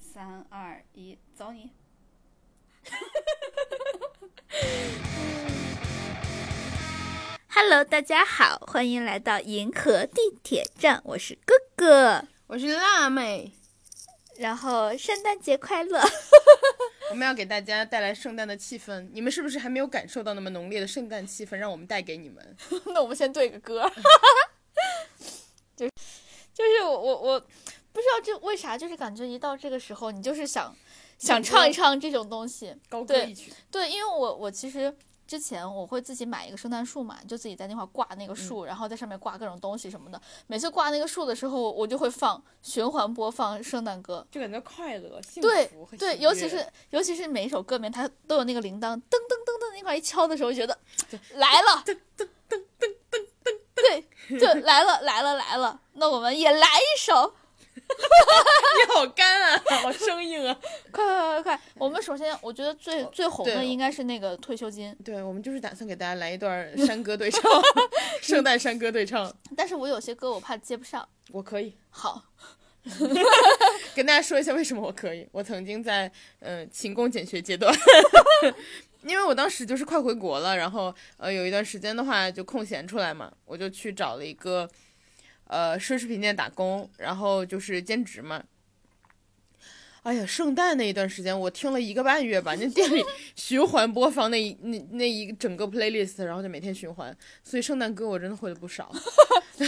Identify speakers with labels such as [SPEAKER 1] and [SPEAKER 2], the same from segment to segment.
[SPEAKER 1] 三二一，走你！
[SPEAKER 2] Hello，大家好，欢迎来到银河地铁站，我是哥哥。
[SPEAKER 3] 我是辣妹，
[SPEAKER 2] 然后圣诞节快乐！
[SPEAKER 3] 我们要给大家带来圣诞的气氛。你们是不是还没有感受到那么浓烈的圣诞气氛？让我们带给你们。
[SPEAKER 2] 那我们先对个歌， 就就是我我我不知道这为啥，就是感觉一到这个时候，你就是想想唱一唱这种东西。
[SPEAKER 3] 高
[SPEAKER 2] 歌一
[SPEAKER 3] 曲，
[SPEAKER 2] 对，因为我我其实之前我会自己买一个圣诞树嘛，就自己在那块儿挂那个
[SPEAKER 1] 嗯
[SPEAKER 2] 树，然后在上面挂各种东西什么的。每次挂那个树的时候，我就会放循环播放圣诞歌，
[SPEAKER 3] 就感觉快乐、幸
[SPEAKER 2] 对对，尤其是 尤其是每一首歌里面，它都有那个铃铛噔噔噔噔那块一敲的时候，觉得来了，噔噔噔噔噔噔噔，对，就来了来了来了，那我们也来一首，
[SPEAKER 3] 你好干啊，好生硬啊。
[SPEAKER 2] 快快快快！我们首先我觉得最最红的
[SPEAKER 3] 对
[SPEAKER 2] 应该是那个退休金，
[SPEAKER 3] 对，我们就是打算给大家来一段山歌 对唱，圣诞山歌对唱。
[SPEAKER 2] 但是我有些歌我怕接不上。
[SPEAKER 3] 我可以
[SPEAKER 2] 好，
[SPEAKER 3] 跟大家说一下为什么我可以。我曾经在嗯、呃勤工俭学阶段。 因为我当时就是快回国了，然后呃有一段时间的话就空闲出来嘛，我就去找了一个呃奢侈品店打工，然后就是兼职嘛。哎呀，圣诞那一段时间我听了一个半月吧，那店里循环播放那一那那一整个 playlist，然后就每天循环，所以圣诞歌我真的会了不少。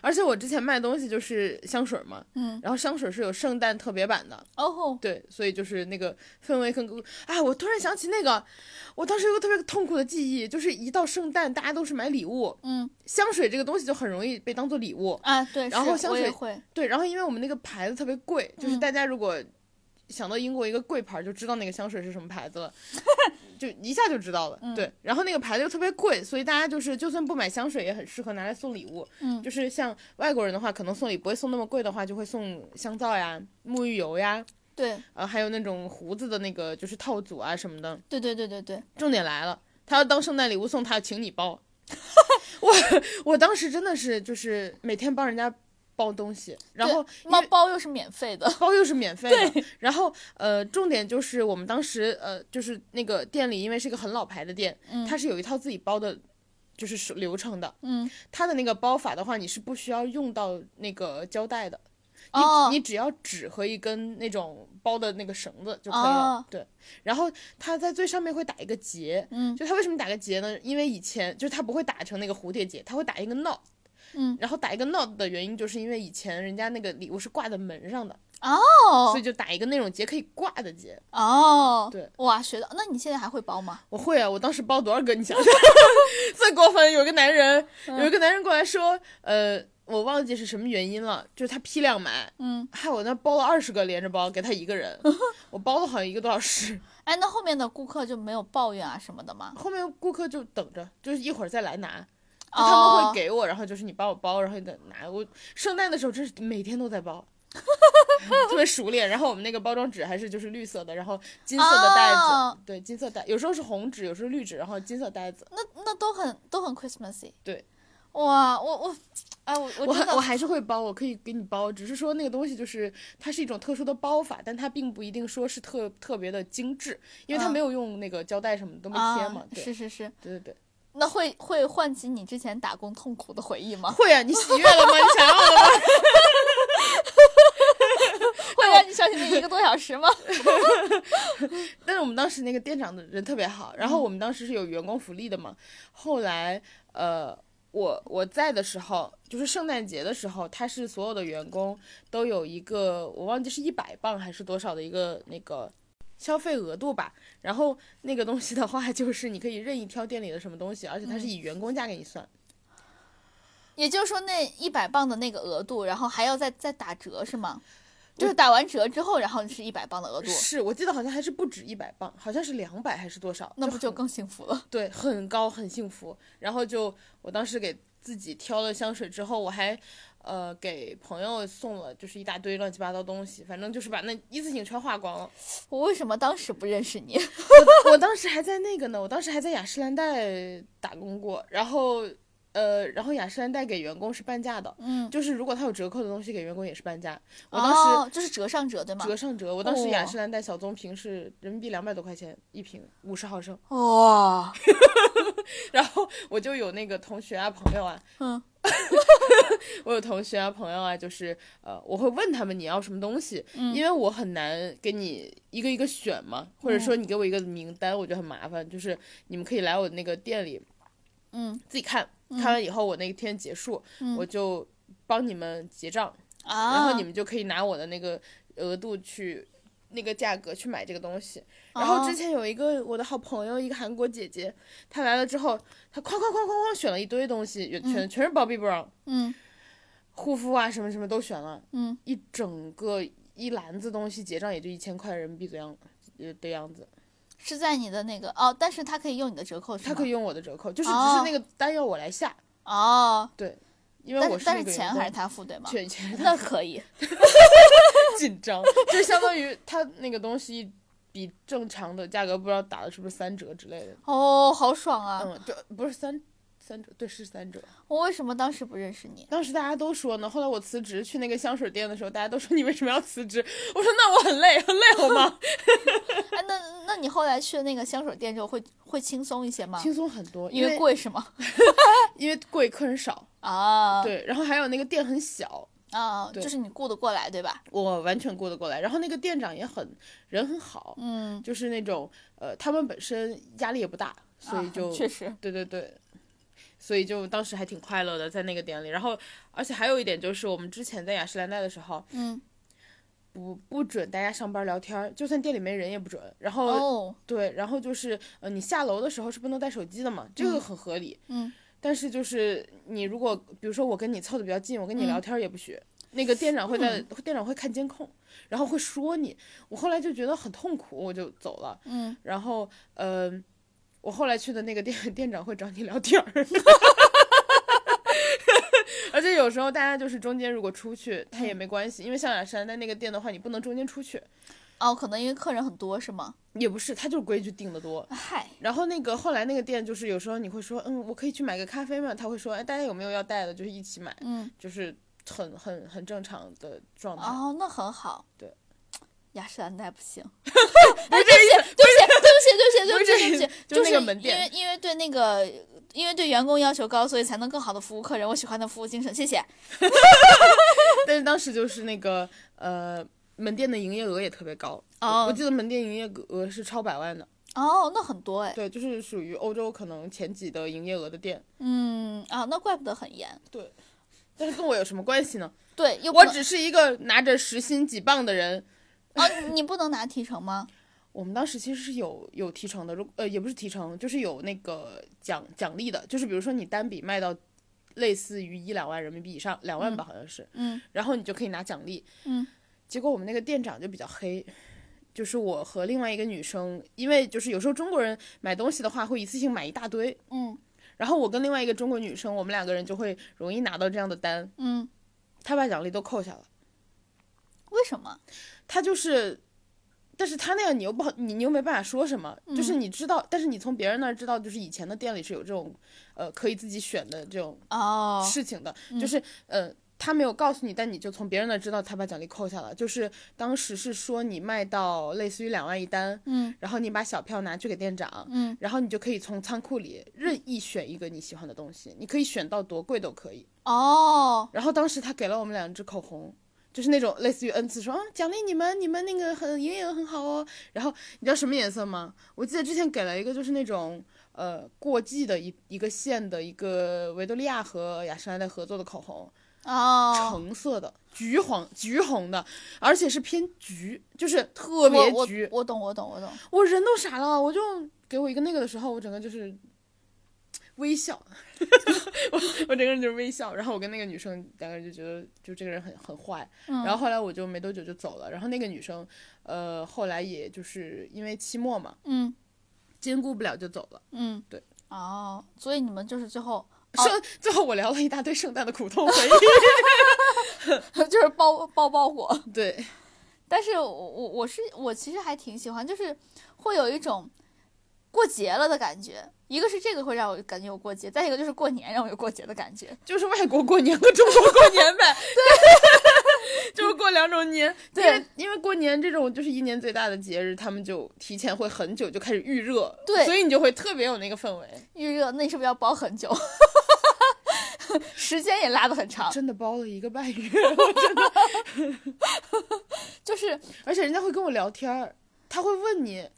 [SPEAKER 3] 而且我之前卖东西就是香水嘛，
[SPEAKER 2] 嗯，
[SPEAKER 3] 然后香水是有圣诞特别版的，
[SPEAKER 2] 哦吼，
[SPEAKER 3] 对，所以就是那个氛围更更，哎，我突然想起那个，我当时有个特别痛苦的记忆，就是一到圣诞，大家都是买礼物，
[SPEAKER 2] 嗯
[SPEAKER 3] 香水这个东西就很容易被当做礼物。
[SPEAKER 2] 啊，对，
[SPEAKER 3] 然后
[SPEAKER 2] 是
[SPEAKER 3] 香
[SPEAKER 2] 我也
[SPEAKER 3] 水
[SPEAKER 2] 会，
[SPEAKER 3] 对，然后因为我们那个牌子特别贵，就是
[SPEAKER 2] 嗯
[SPEAKER 3] 大家如果想到英国一个贵牌，就知道那个香水是什么牌子了，就一下就知道了。对，然后那个牌子又特别贵，所以大家就是就算不买香水，也很适合拿来送礼物。
[SPEAKER 2] 嗯
[SPEAKER 3] 就是像外国人的话，可能送礼不会送那么贵的话，就会送香皂呀、沐浴油呀。
[SPEAKER 2] 对
[SPEAKER 3] 呃，还有那种胡子的那个就是套组啊什么的。
[SPEAKER 2] 对对对对对，
[SPEAKER 3] 重点来了，他要当圣诞礼物送，他要请你包。我我当时真的是就是每天帮人家包东西，然后因
[SPEAKER 2] 包
[SPEAKER 3] 为
[SPEAKER 2] 包又是免费的，
[SPEAKER 3] 包又是免费的，然后呃，重点就是我们当时呃，就是那个店里，因为是一个很老牌的店，
[SPEAKER 2] 嗯
[SPEAKER 3] 它是有一套自己包的，就是手流程的。
[SPEAKER 2] 嗯，
[SPEAKER 3] 它的那个包法的话，你是不需要用到那个胶带的，你、
[SPEAKER 2] 哦
[SPEAKER 3] 你只要纸和一根那种包的那个绳子就可以了。
[SPEAKER 2] 哦
[SPEAKER 3] 对，然后它在最上面会打一个结，
[SPEAKER 2] 嗯
[SPEAKER 3] 就它为什么打个结呢？因为以前就是它不会打成那个蝴蝶结，它会打一个 knot。
[SPEAKER 2] 嗯，
[SPEAKER 3] 然后打一个 knot 的原因，就是因为以前人家那个礼物是挂在门上的，所
[SPEAKER 2] 哦
[SPEAKER 3] 以就打一个那种结可以挂的结。
[SPEAKER 2] 哦，
[SPEAKER 3] 对，
[SPEAKER 2] 哇，学到，那你现在还会包吗？
[SPEAKER 3] 我会啊，我当时包多少个？你想 想，最过分有一个男人，
[SPEAKER 2] 嗯
[SPEAKER 3] 有一个男人过来说，呃，我忘记是什么原因了，就是他批量买，
[SPEAKER 2] 嗯，
[SPEAKER 3] 害我那包了二十个连着包，给他一 个人，我包了好像一个多小时，
[SPEAKER 2] 哎，那后面的顾客就没有抱怨啊什么的吗？
[SPEAKER 3] 后面顾客就等着，就是一会儿再来拿。就
[SPEAKER 2] 哦
[SPEAKER 3] 他们会给我，然后就是你帮我包，然后你再拿。我圣诞的时候真是每天都在包， 特别熟练。然后我们那个包装纸还是就是绿色的，然后金色的袋子，
[SPEAKER 2] 哦
[SPEAKER 3] 对，金色袋，有时候是红纸，有时候绿纸，然后金色袋子。
[SPEAKER 2] 那那都很都很 Christmassy。
[SPEAKER 3] 对，
[SPEAKER 2] 哇，我我，哎，我
[SPEAKER 3] 我
[SPEAKER 2] 我真
[SPEAKER 3] 还
[SPEAKER 2] 的
[SPEAKER 3] 我还是会包，我可以给你包，只是说那个东西就是它是一种特殊的包法，但它并不一定说是特特别的精致，因为它
[SPEAKER 2] 嗯
[SPEAKER 3] 没有用那个胶带什么都没贴嘛。
[SPEAKER 2] 啊，
[SPEAKER 3] 对
[SPEAKER 2] 是是是，
[SPEAKER 3] 对对对，
[SPEAKER 2] 那会会唤起你之前打工痛苦的回忆吗？
[SPEAKER 3] 会啊，你喜悦了吗？你想要了吗？
[SPEAKER 2] 会让你想起那一个多小 时吗？
[SPEAKER 3] 但是我们当时那个店长的人特别好，然
[SPEAKER 2] 嗯
[SPEAKER 3] 后我们当时是有员工福利的嘛。后来，呃，我我在的时候，就是圣诞节的时候，他是所有的员工都有一个，我忘记是一百磅还是多少的一个那个消费额度吧。然后那个东西的话， 就是你可以任意挑店里的什么东西，而且它是
[SPEAKER 2] 嗯
[SPEAKER 3] 以员工价给你算。
[SPEAKER 2] 也就是说，那一百磅的那个额度，然后还要再再打折是吗？就是打完折之后，然后是一百磅的额度，
[SPEAKER 3] 是我记得好像还是不止一百磅，好像是两百还是多少？
[SPEAKER 2] 那不就
[SPEAKER 3] 很
[SPEAKER 2] 更幸福了？
[SPEAKER 3] 对，很高，很幸福。然后就我当时给自己挑了香水之后，我还呃给朋友送了就是一大堆乱七八糟东西，反正就是把那一次性全花 光了。
[SPEAKER 2] 我为什么当时不认识你？
[SPEAKER 3] 我我当时还在那个呢，我当时还在雅诗兰黛打工过，然后呃，然后雅诗兰黛给员工是半价的，
[SPEAKER 2] 嗯，
[SPEAKER 3] 就是如果它有折扣的东西给员工也是半价。我当时
[SPEAKER 2] 哦，就是折上折对吗？
[SPEAKER 3] 折上折，我当时雅
[SPEAKER 2] 哦
[SPEAKER 3] 诗兰黛小棕瓶是人民币两百多块钱一瓶，五十毫升。
[SPEAKER 2] 哇，
[SPEAKER 3] 然后我就有那个同学啊、朋友啊，
[SPEAKER 2] 嗯，
[SPEAKER 3] 我有同学啊、朋友啊，就是呃，我会问他们你要什么东西，
[SPEAKER 2] 嗯
[SPEAKER 3] 因为我很难给你一个一个选嘛，或者说
[SPEAKER 2] 嗯
[SPEAKER 3] 你给我一个名单，我觉得很麻烦。就是你们可以来我那个店里
[SPEAKER 2] 嗯
[SPEAKER 3] 自己看，看完以后我那天结束，
[SPEAKER 2] 嗯
[SPEAKER 3] 我就帮你们结账，
[SPEAKER 2] 啊，
[SPEAKER 3] 然后你们就可以拿我的那个额度去。那个价格去买这个东西，然后之
[SPEAKER 2] 哦
[SPEAKER 3] 前有一个我的好朋友，一个韩国姐姐，她来了之后，她哐哐哐哐哐选了一堆东西，全全全是 Bobbi Brown
[SPEAKER 2] 嗯
[SPEAKER 3] 护肤啊，什么什么都选了，
[SPEAKER 2] 嗯，
[SPEAKER 3] 一整个一篮子东西，结账也就一千块人民币的样呃的样子。
[SPEAKER 2] 是在你的那个哦，但是他可以用你的折扣是吗？
[SPEAKER 3] 她可以用我的折扣，就是只
[SPEAKER 2] 嗯哦
[SPEAKER 3] 是那个单要我来下，
[SPEAKER 2] 哦，
[SPEAKER 3] 因为
[SPEAKER 2] 但
[SPEAKER 3] 我
[SPEAKER 2] 是
[SPEAKER 3] 那
[SPEAKER 2] 但
[SPEAKER 3] 个
[SPEAKER 2] 是钱
[SPEAKER 3] 员工
[SPEAKER 2] 还是他付对吗？
[SPEAKER 3] 全钱
[SPEAKER 2] 那可以，
[SPEAKER 3] 紧张，就相当于他那个东西比正常的价格不知道打了是不是三折之类的。
[SPEAKER 2] 哦，好爽啊！哦
[SPEAKER 3] 嗯，就不是三三折，对，是三折。
[SPEAKER 2] 我为什么当时不认识你？
[SPEAKER 3] 当时大家都说呢，后来我辞职去那个香水店的时候，大家都说你为什么要辞职？我说那我很累，很累好吗？
[SPEAKER 2] 哎，那那你后来去那个香水店之后会会轻松一些吗？
[SPEAKER 3] 轻松很多，因
[SPEAKER 2] 因为
[SPEAKER 3] 为
[SPEAKER 2] 贵是吗？
[SPEAKER 3] 因为贵客人少，
[SPEAKER 2] 啊，
[SPEAKER 3] 对，然后还有那个店很小，
[SPEAKER 2] 啊，
[SPEAKER 3] 对
[SPEAKER 2] 就是你顾得过来对吧？
[SPEAKER 3] 我完全顾得过来。然后那个店长也很人很好，
[SPEAKER 2] 嗯，
[SPEAKER 3] 就是那种呃，他们本身压力也不大，所以
[SPEAKER 2] 啊
[SPEAKER 3] 就、
[SPEAKER 2] 确实，
[SPEAKER 3] 对对对，所以就当时还挺快乐的在那个店里。然后，而且还有一点就是，我们之前在雅诗兰黛的时候，
[SPEAKER 2] 嗯，
[SPEAKER 3] 不不准大家上班聊天儿，就算店里没人也不准。然后、
[SPEAKER 2] 哦，
[SPEAKER 3] 对，然后就是呃，你下楼的时候是不能带手机的嘛，这个很合理。
[SPEAKER 2] 嗯
[SPEAKER 3] 但是就是你如果比如说我跟你凑的比较近，我跟
[SPEAKER 2] 嗯
[SPEAKER 3] 你聊天儿也不许。那个店长会在、店长会看监控，然后会说你。我后来就觉得很痛苦，我就走了。
[SPEAKER 2] 嗯，
[SPEAKER 3] 然后，嗯、我后来去的那个店， 店长会找你聊 天儿。而且有时候大家就是中间如果出去，他
[SPEAKER 2] 嗯
[SPEAKER 3] 也没关系，因为象牙山在那个店的话，你不能中间出去，
[SPEAKER 2] 哦，可能因为客人很多是吗？
[SPEAKER 3] 也不是，他就是规矩定的
[SPEAKER 2] 啊
[SPEAKER 3] 多。
[SPEAKER 2] 嗨，
[SPEAKER 3] 然后那个后来那个店就是有时候你会说，嗯，我可以去买个咖啡吗？他会说，哎，大家有没有要带的，就是一起买，
[SPEAKER 2] 嗯，
[SPEAKER 3] 就是很很很正常的状态。
[SPEAKER 2] 哦，那很好，
[SPEAKER 3] 对。
[SPEAKER 2] 雅诗兰黛不 行，哎，对不起，对不起，对不起，对不起，对不起，对不起，
[SPEAKER 3] 不是这个意思就是
[SPEAKER 2] 是
[SPEAKER 3] 那个门店
[SPEAKER 2] 因为因为对那个，因为对员工要求高，所以才能更好的服务客人。我喜欢的服务精神，谢谢。
[SPEAKER 3] 但是当时就是那个呃，门店的营业额也特别高，
[SPEAKER 2] 哦
[SPEAKER 3] 我我记得门店营业额是超百万的。
[SPEAKER 2] 哦，那很多哎，
[SPEAKER 3] 对，就是属于欧洲可能前几的营业额的店。
[SPEAKER 2] 嗯啊，那怪不得很严。
[SPEAKER 3] 对，但是跟我有什么关系呢？
[SPEAKER 2] 对，又不
[SPEAKER 3] 我
[SPEAKER 2] 能
[SPEAKER 3] 只是一个拿着时薪几磅的人。
[SPEAKER 2] 啊，你不能拿提成吗？
[SPEAKER 3] 我们当时其实是有有提成的，如呃也不是提成，就是有那个奖奖励的，就是比如说你单笔卖到类似于一两万人民币以上，两万吧好像是，
[SPEAKER 2] 嗯
[SPEAKER 3] 然后你就可以拿奖励。
[SPEAKER 2] 嗯，
[SPEAKER 3] 结果我们那个店长就比较黑。就是我和另外一个女生，因为就是有时候中国人买东西的话，会一次性买一大堆，
[SPEAKER 2] 嗯
[SPEAKER 3] 然后我跟另外一个中国女生，我们两个人就会容易拿到这样的单，
[SPEAKER 2] 嗯，
[SPEAKER 3] 她把奖励都扣下了。
[SPEAKER 2] 为什么？
[SPEAKER 3] 她就是，但是她那样你又不好，你你又没办法说什么，就是
[SPEAKER 2] 嗯
[SPEAKER 3] 你知道，但是你从别人那儿知道，就是以前的店里是有这种，呃，可以自己选的这种
[SPEAKER 2] 哦，
[SPEAKER 3] 事情的，就是呃。她没有告诉你，但你就从别人那儿知道她把奖励扣下了。就是当时是说你卖到类似于两万一单，
[SPEAKER 2] 嗯
[SPEAKER 3] 然后你把小票拿去给店长，
[SPEAKER 2] 嗯，
[SPEAKER 3] 然后你就可以从仓库里任意选一个你喜欢的东西，你可以选到多贵都可以。
[SPEAKER 2] 哦，
[SPEAKER 3] 然后当时他给了我们两支口红，就是那种类似于恩赐说啊奖励你们，你们那个很营业额很好哦。然后你知道什么颜色吗？我记得之前给了一个就是那种呃过季的一一个县的一个维多利亚和雅诗兰黛合作的口红，
[SPEAKER 2] 哦，
[SPEAKER 3] 橙色的，橘黄橘红的，而且是偏橘，就是特
[SPEAKER 2] 我
[SPEAKER 3] 别
[SPEAKER 2] 我
[SPEAKER 3] 橘。
[SPEAKER 2] 我懂，我懂，我懂。
[SPEAKER 3] 我人都傻了，我就给我一个那个的时候，我整个就是微笑， 我我整个人就是微笑。然后我跟那个女生两个人就觉得就这个人很很坏，
[SPEAKER 2] 嗯
[SPEAKER 3] 然后后来我就没多久就走了。然后那个女生，呃，后来也就是因为期末嘛，
[SPEAKER 2] 嗯
[SPEAKER 3] 兼顾不了就走了。
[SPEAKER 2] 嗯，
[SPEAKER 3] 对。
[SPEAKER 2] 哦，所以你们就是最后 哦
[SPEAKER 3] 圣、最后我聊了一大堆圣诞的苦痛回忆。
[SPEAKER 2] 就是包包包裹。
[SPEAKER 3] 对，
[SPEAKER 2] 但是我我我是我其实还挺喜欢，就是会有一种过节了的感觉。一个是这个会让我感觉有过节，再一个就是过年让我有过节的感觉。
[SPEAKER 3] 就是外国过年和中国过年呗，对， 就是过两种年。
[SPEAKER 2] 对
[SPEAKER 3] 因为，因为过年这种就是一年最大的节日，他们就提前会很久就开始预热，
[SPEAKER 2] 对
[SPEAKER 3] 所以你就会特别有那个氛围。
[SPEAKER 2] 预热，那你是不是要包很久？ 时间也拉得很长，
[SPEAKER 3] 真的包了一个半月， 我真的，
[SPEAKER 2] 就是
[SPEAKER 3] 而且人家会跟我聊天儿，他会问你，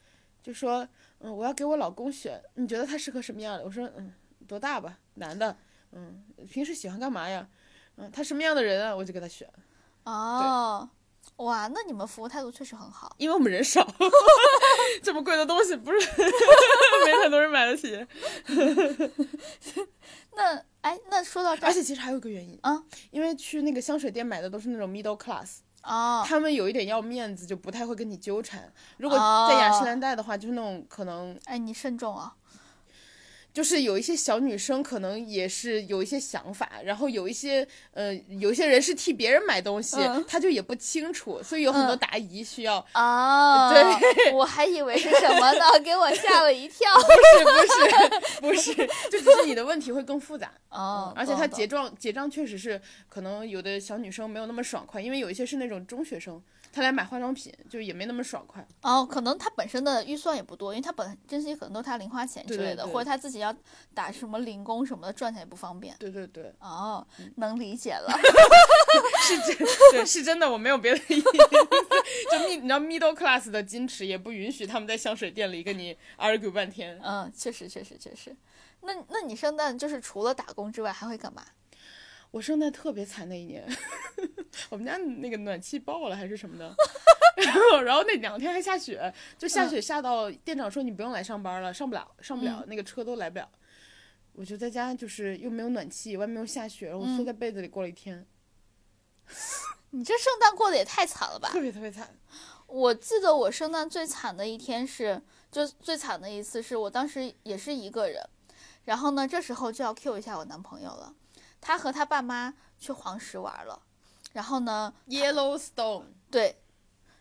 [SPEAKER 3] 就说，嗯，我要给我老公选，你觉得他适合什么样的？我说，嗯，多大吧，男的，嗯，平时喜欢干嘛呀？嗯，他什么样的人啊？我就给他选，
[SPEAKER 2] 哦，哇，那你们服务态度确实很好。
[SPEAKER 3] 因为我们 人少，这么贵的东西不是没太多人买得起。
[SPEAKER 2] 那哎，那说到这
[SPEAKER 3] 而
[SPEAKER 2] 儿
[SPEAKER 3] 且其实还有一个原因
[SPEAKER 2] 啊，
[SPEAKER 3] 因为去那个香水店买的都是那种 middle class，
[SPEAKER 2] 哦，
[SPEAKER 3] 他们有一点要面子，就不太会跟你纠缠。如果
[SPEAKER 2] 哦
[SPEAKER 3] 在雅诗兰黛的话，就是那种可能
[SPEAKER 2] 哎，你慎重啊。
[SPEAKER 3] 就是有一些小女生可能也是有一些想法，然后有一些呃有一些人是替别人买东西，
[SPEAKER 2] 嗯
[SPEAKER 3] 他就也不清楚，所以有很多
[SPEAKER 2] 嗯
[SPEAKER 3] 答疑需要。
[SPEAKER 2] 哦，
[SPEAKER 3] 对，
[SPEAKER 2] 我还以为是什么 呢，给我吓了一跳。
[SPEAKER 3] 不是不 是，就只是你的问题会更复杂。
[SPEAKER 2] 哦
[SPEAKER 3] 嗯，而且他
[SPEAKER 2] 懂
[SPEAKER 3] 结账结账确实是，可能有的小女生没有那么爽快，因为有一些是那种中学生，她来买化妆品就也没那么爽快。
[SPEAKER 2] 哦，可能他本身的预算也不多，因为他本身可能都是他零花钱之
[SPEAKER 3] 对对
[SPEAKER 2] 类的，
[SPEAKER 3] 对
[SPEAKER 2] 或者他自己要打什么零工什么的，赚钱也不方便。
[SPEAKER 3] 对对对，
[SPEAKER 2] 哦，
[SPEAKER 3] 嗯
[SPEAKER 2] 能理解 了。
[SPEAKER 3] 是真，对是真的，我没有别的意思。 就 mid 你知道 middle class 的矜持也不允许他们在香水店里跟你 argue 半天。
[SPEAKER 2] 嗯，确实，确实，确实。那那你圣诞就是除了打工之外还会干嘛？
[SPEAKER 3] 我圣诞特别惨那一年，我们家那个暖气爆了还是什么 的，然后然后那两天还下雪，就下雪下到店长说你不用来上班了，上不了上不了，那个车都来不了。我就在家，就是又没有暖气，外面又下雪，然后我缩在被子里过了一天，
[SPEAKER 2] 你这圣诞过得也太惨了吧！
[SPEAKER 3] 特别特别惨。
[SPEAKER 2] 我记得我圣诞最惨的一天是，就最惨的一次是我当时也是一个人，然后呢，这时候就要 cue 一下我男朋友了，他和他爸妈去黄石玩了，然后呢，
[SPEAKER 3] Yellowstone，
[SPEAKER 2] 对，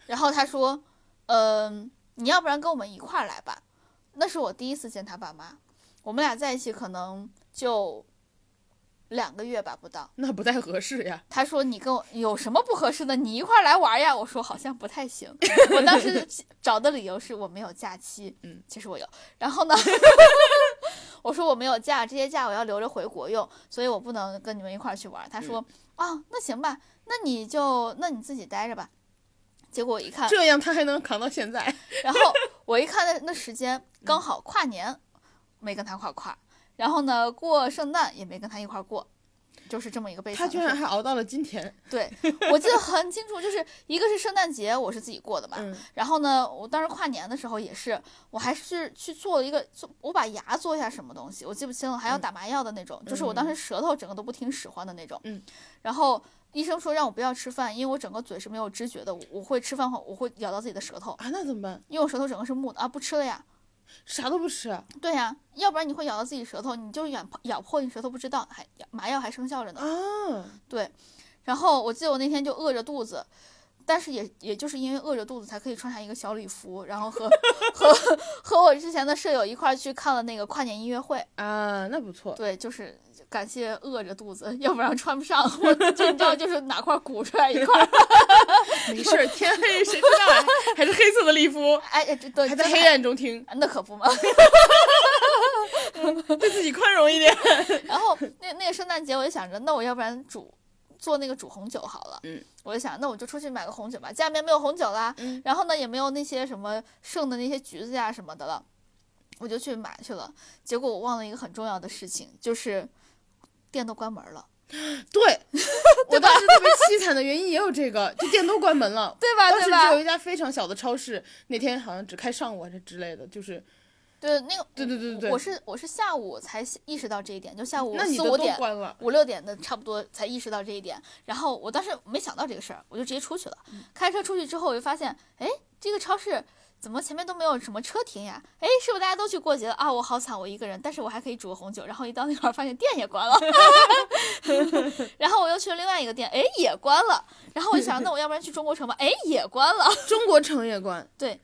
[SPEAKER 2] 然后他说，嗯、你要不然跟我们一块儿来吧，那是我第一次见他爸妈，我们俩在一起可能就两个月吧不到，
[SPEAKER 3] 那不太合适呀。
[SPEAKER 2] 他说：“你跟我有什么不合适的？你一块儿来玩呀！”我说：“好像不太行。” 我当 时找的理由是我没有假期，
[SPEAKER 3] 嗯，
[SPEAKER 2] 其实我有。然后 呢，我说我没有假，这些假我要留着回国用，所以我不能跟你们一块儿去玩。
[SPEAKER 3] 嗯
[SPEAKER 2] 他说：“啊、那行吧，那你就那你自己待着吧。”结果我一看，
[SPEAKER 3] 这样他还能扛到现在，
[SPEAKER 2] 然后我一看那那时
[SPEAKER 3] 嗯
[SPEAKER 2] 间刚好跨年，没跟他一块儿跨，然后呢过圣诞也没跟他一块儿过，就是这么一个悲惨
[SPEAKER 3] 他
[SPEAKER 2] 的事
[SPEAKER 3] 居
[SPEAKER 2] 情。
[SPEAKER 3] 然还熬到了今天。
[SPEAKER 2] 对，我记得很清楚，就是一个是圣诞节，我是自己过的嘛。
[SPEAKER 3] 嗯，
[SPEAKER 2] 然后呢，我当时跨年的时候也是，我还是去做了一个，做我把牙做一下什么东西，我记不清了，还要
[SPEAKER 3] 嗯
[SPEAKER 2] 打麻药的那种，就是我当时舌头整个都不听使唤的那种。
[SPEAKER 3] 嗯。
[SPEAKER 2] 然后医生说让我不要吃饭，因为我整个嘴是没有知觉的，我我会吃饭后我会咬到自己的舌头，
[SPEAKER 3] 啊，那怎么办？
[SPEAKER 2] 因为我舌头整个是木的啊，不吃了呀。
[SPEAKER 3] 啥都不吃啊？
[SPEAKER 2] 对呀，要不然你会咬到自己舌头，你就咬破咬破你舌头不知道，还麻药还生效着呢。
[SPEAKER 3] 啊
[SPEAKER 2] 然后我记得我那天就饿着肚子，但是也也就是因为饿着肚子才可以穿上一个小礼服，然后和和和我之前的舍友一块儿去看了那个跨年音乐会。
[SPEAKER 3] 啊，那不错。
[SPEAKER 2] 对，就是感谢饿着肚子，要不然穿不上。我 就你知道，就是哪块儿鼓出来一块儿。
[SPEAKER 3] 没事儿，天黑谁知道啊？还是黑色的礼服，
[SPEAKER 2] 哎，哎这对，
[SPEAKER 3] 还
[SPEAKER 2] 真
[SPEAKER 3] 在黑
[SPEAKER 2] 的
[SPEAKER 3] 暗中听，
[SPEAKER 2] 那可不嘛。
[SPEAKER 3] 对自己宽容一 点。
[SPEAKER 2] 然后那那个圣诞节，我就想着，那我要不然煮做那个煮红酒好了。
[SPEAKER 3] 嗯，
[SPEAKER 2] 我就想，那我就出去买个红酒吧，家里面没有红酒啦，
[SPEAKER 3] 嗯
[SPEAKER 2] 然后呢也没有那些什么剩的那些橘子呀什么的了，我就去买去了。结果我忘了一个很重要的事情，就是店都关门了，
[SPEAKER 3] 对， 我当时特别凄惨的原因也有这个，就店都关门了。
[SPEAKER 2] 对吧？
[SPEAKER 3] 当时
[SPEAKER 2] 对
[SPEAKER 3] 只有
[SPEAKER 2] 吧？
[SPEAKER 3] 一家非常小的超市，那天好像只开上午还是之类的，就是
[SPEAKER 2] 对，那个
[SPEAKER 3] 对对对对对。
[SPEAKER 2] 我是我是下午才意识到这一点，就下午
[SPEAKER 3] 那你
[SPEAKER 2] 四
[SPEAKER 3] 的
[SPEAKER 2] 五
[SPEAKER 3] 都
[SPEAKER 2] 点。
[SPEAKER 3] 关了，
[SPEAKER 2] 五六点的差不多才意识到这一点，然后我当时没想到这个事儿，我就直接出去了。开车出去之后，我就发现，哎，这个超市怎么前面都没有什么车停呀？哎，是不是大家都去过节了啊？我好惨，我一个人，但是我还可以煮个红酒。然后一到那块儿，发现店也关了，然后我又去了另外一个店，哎，也关 了。然后我就想，那我要不然去中国城吧？哎，也关了。
[SPEAKER 3] 中国城也关。
[SPEAKER 2] 对，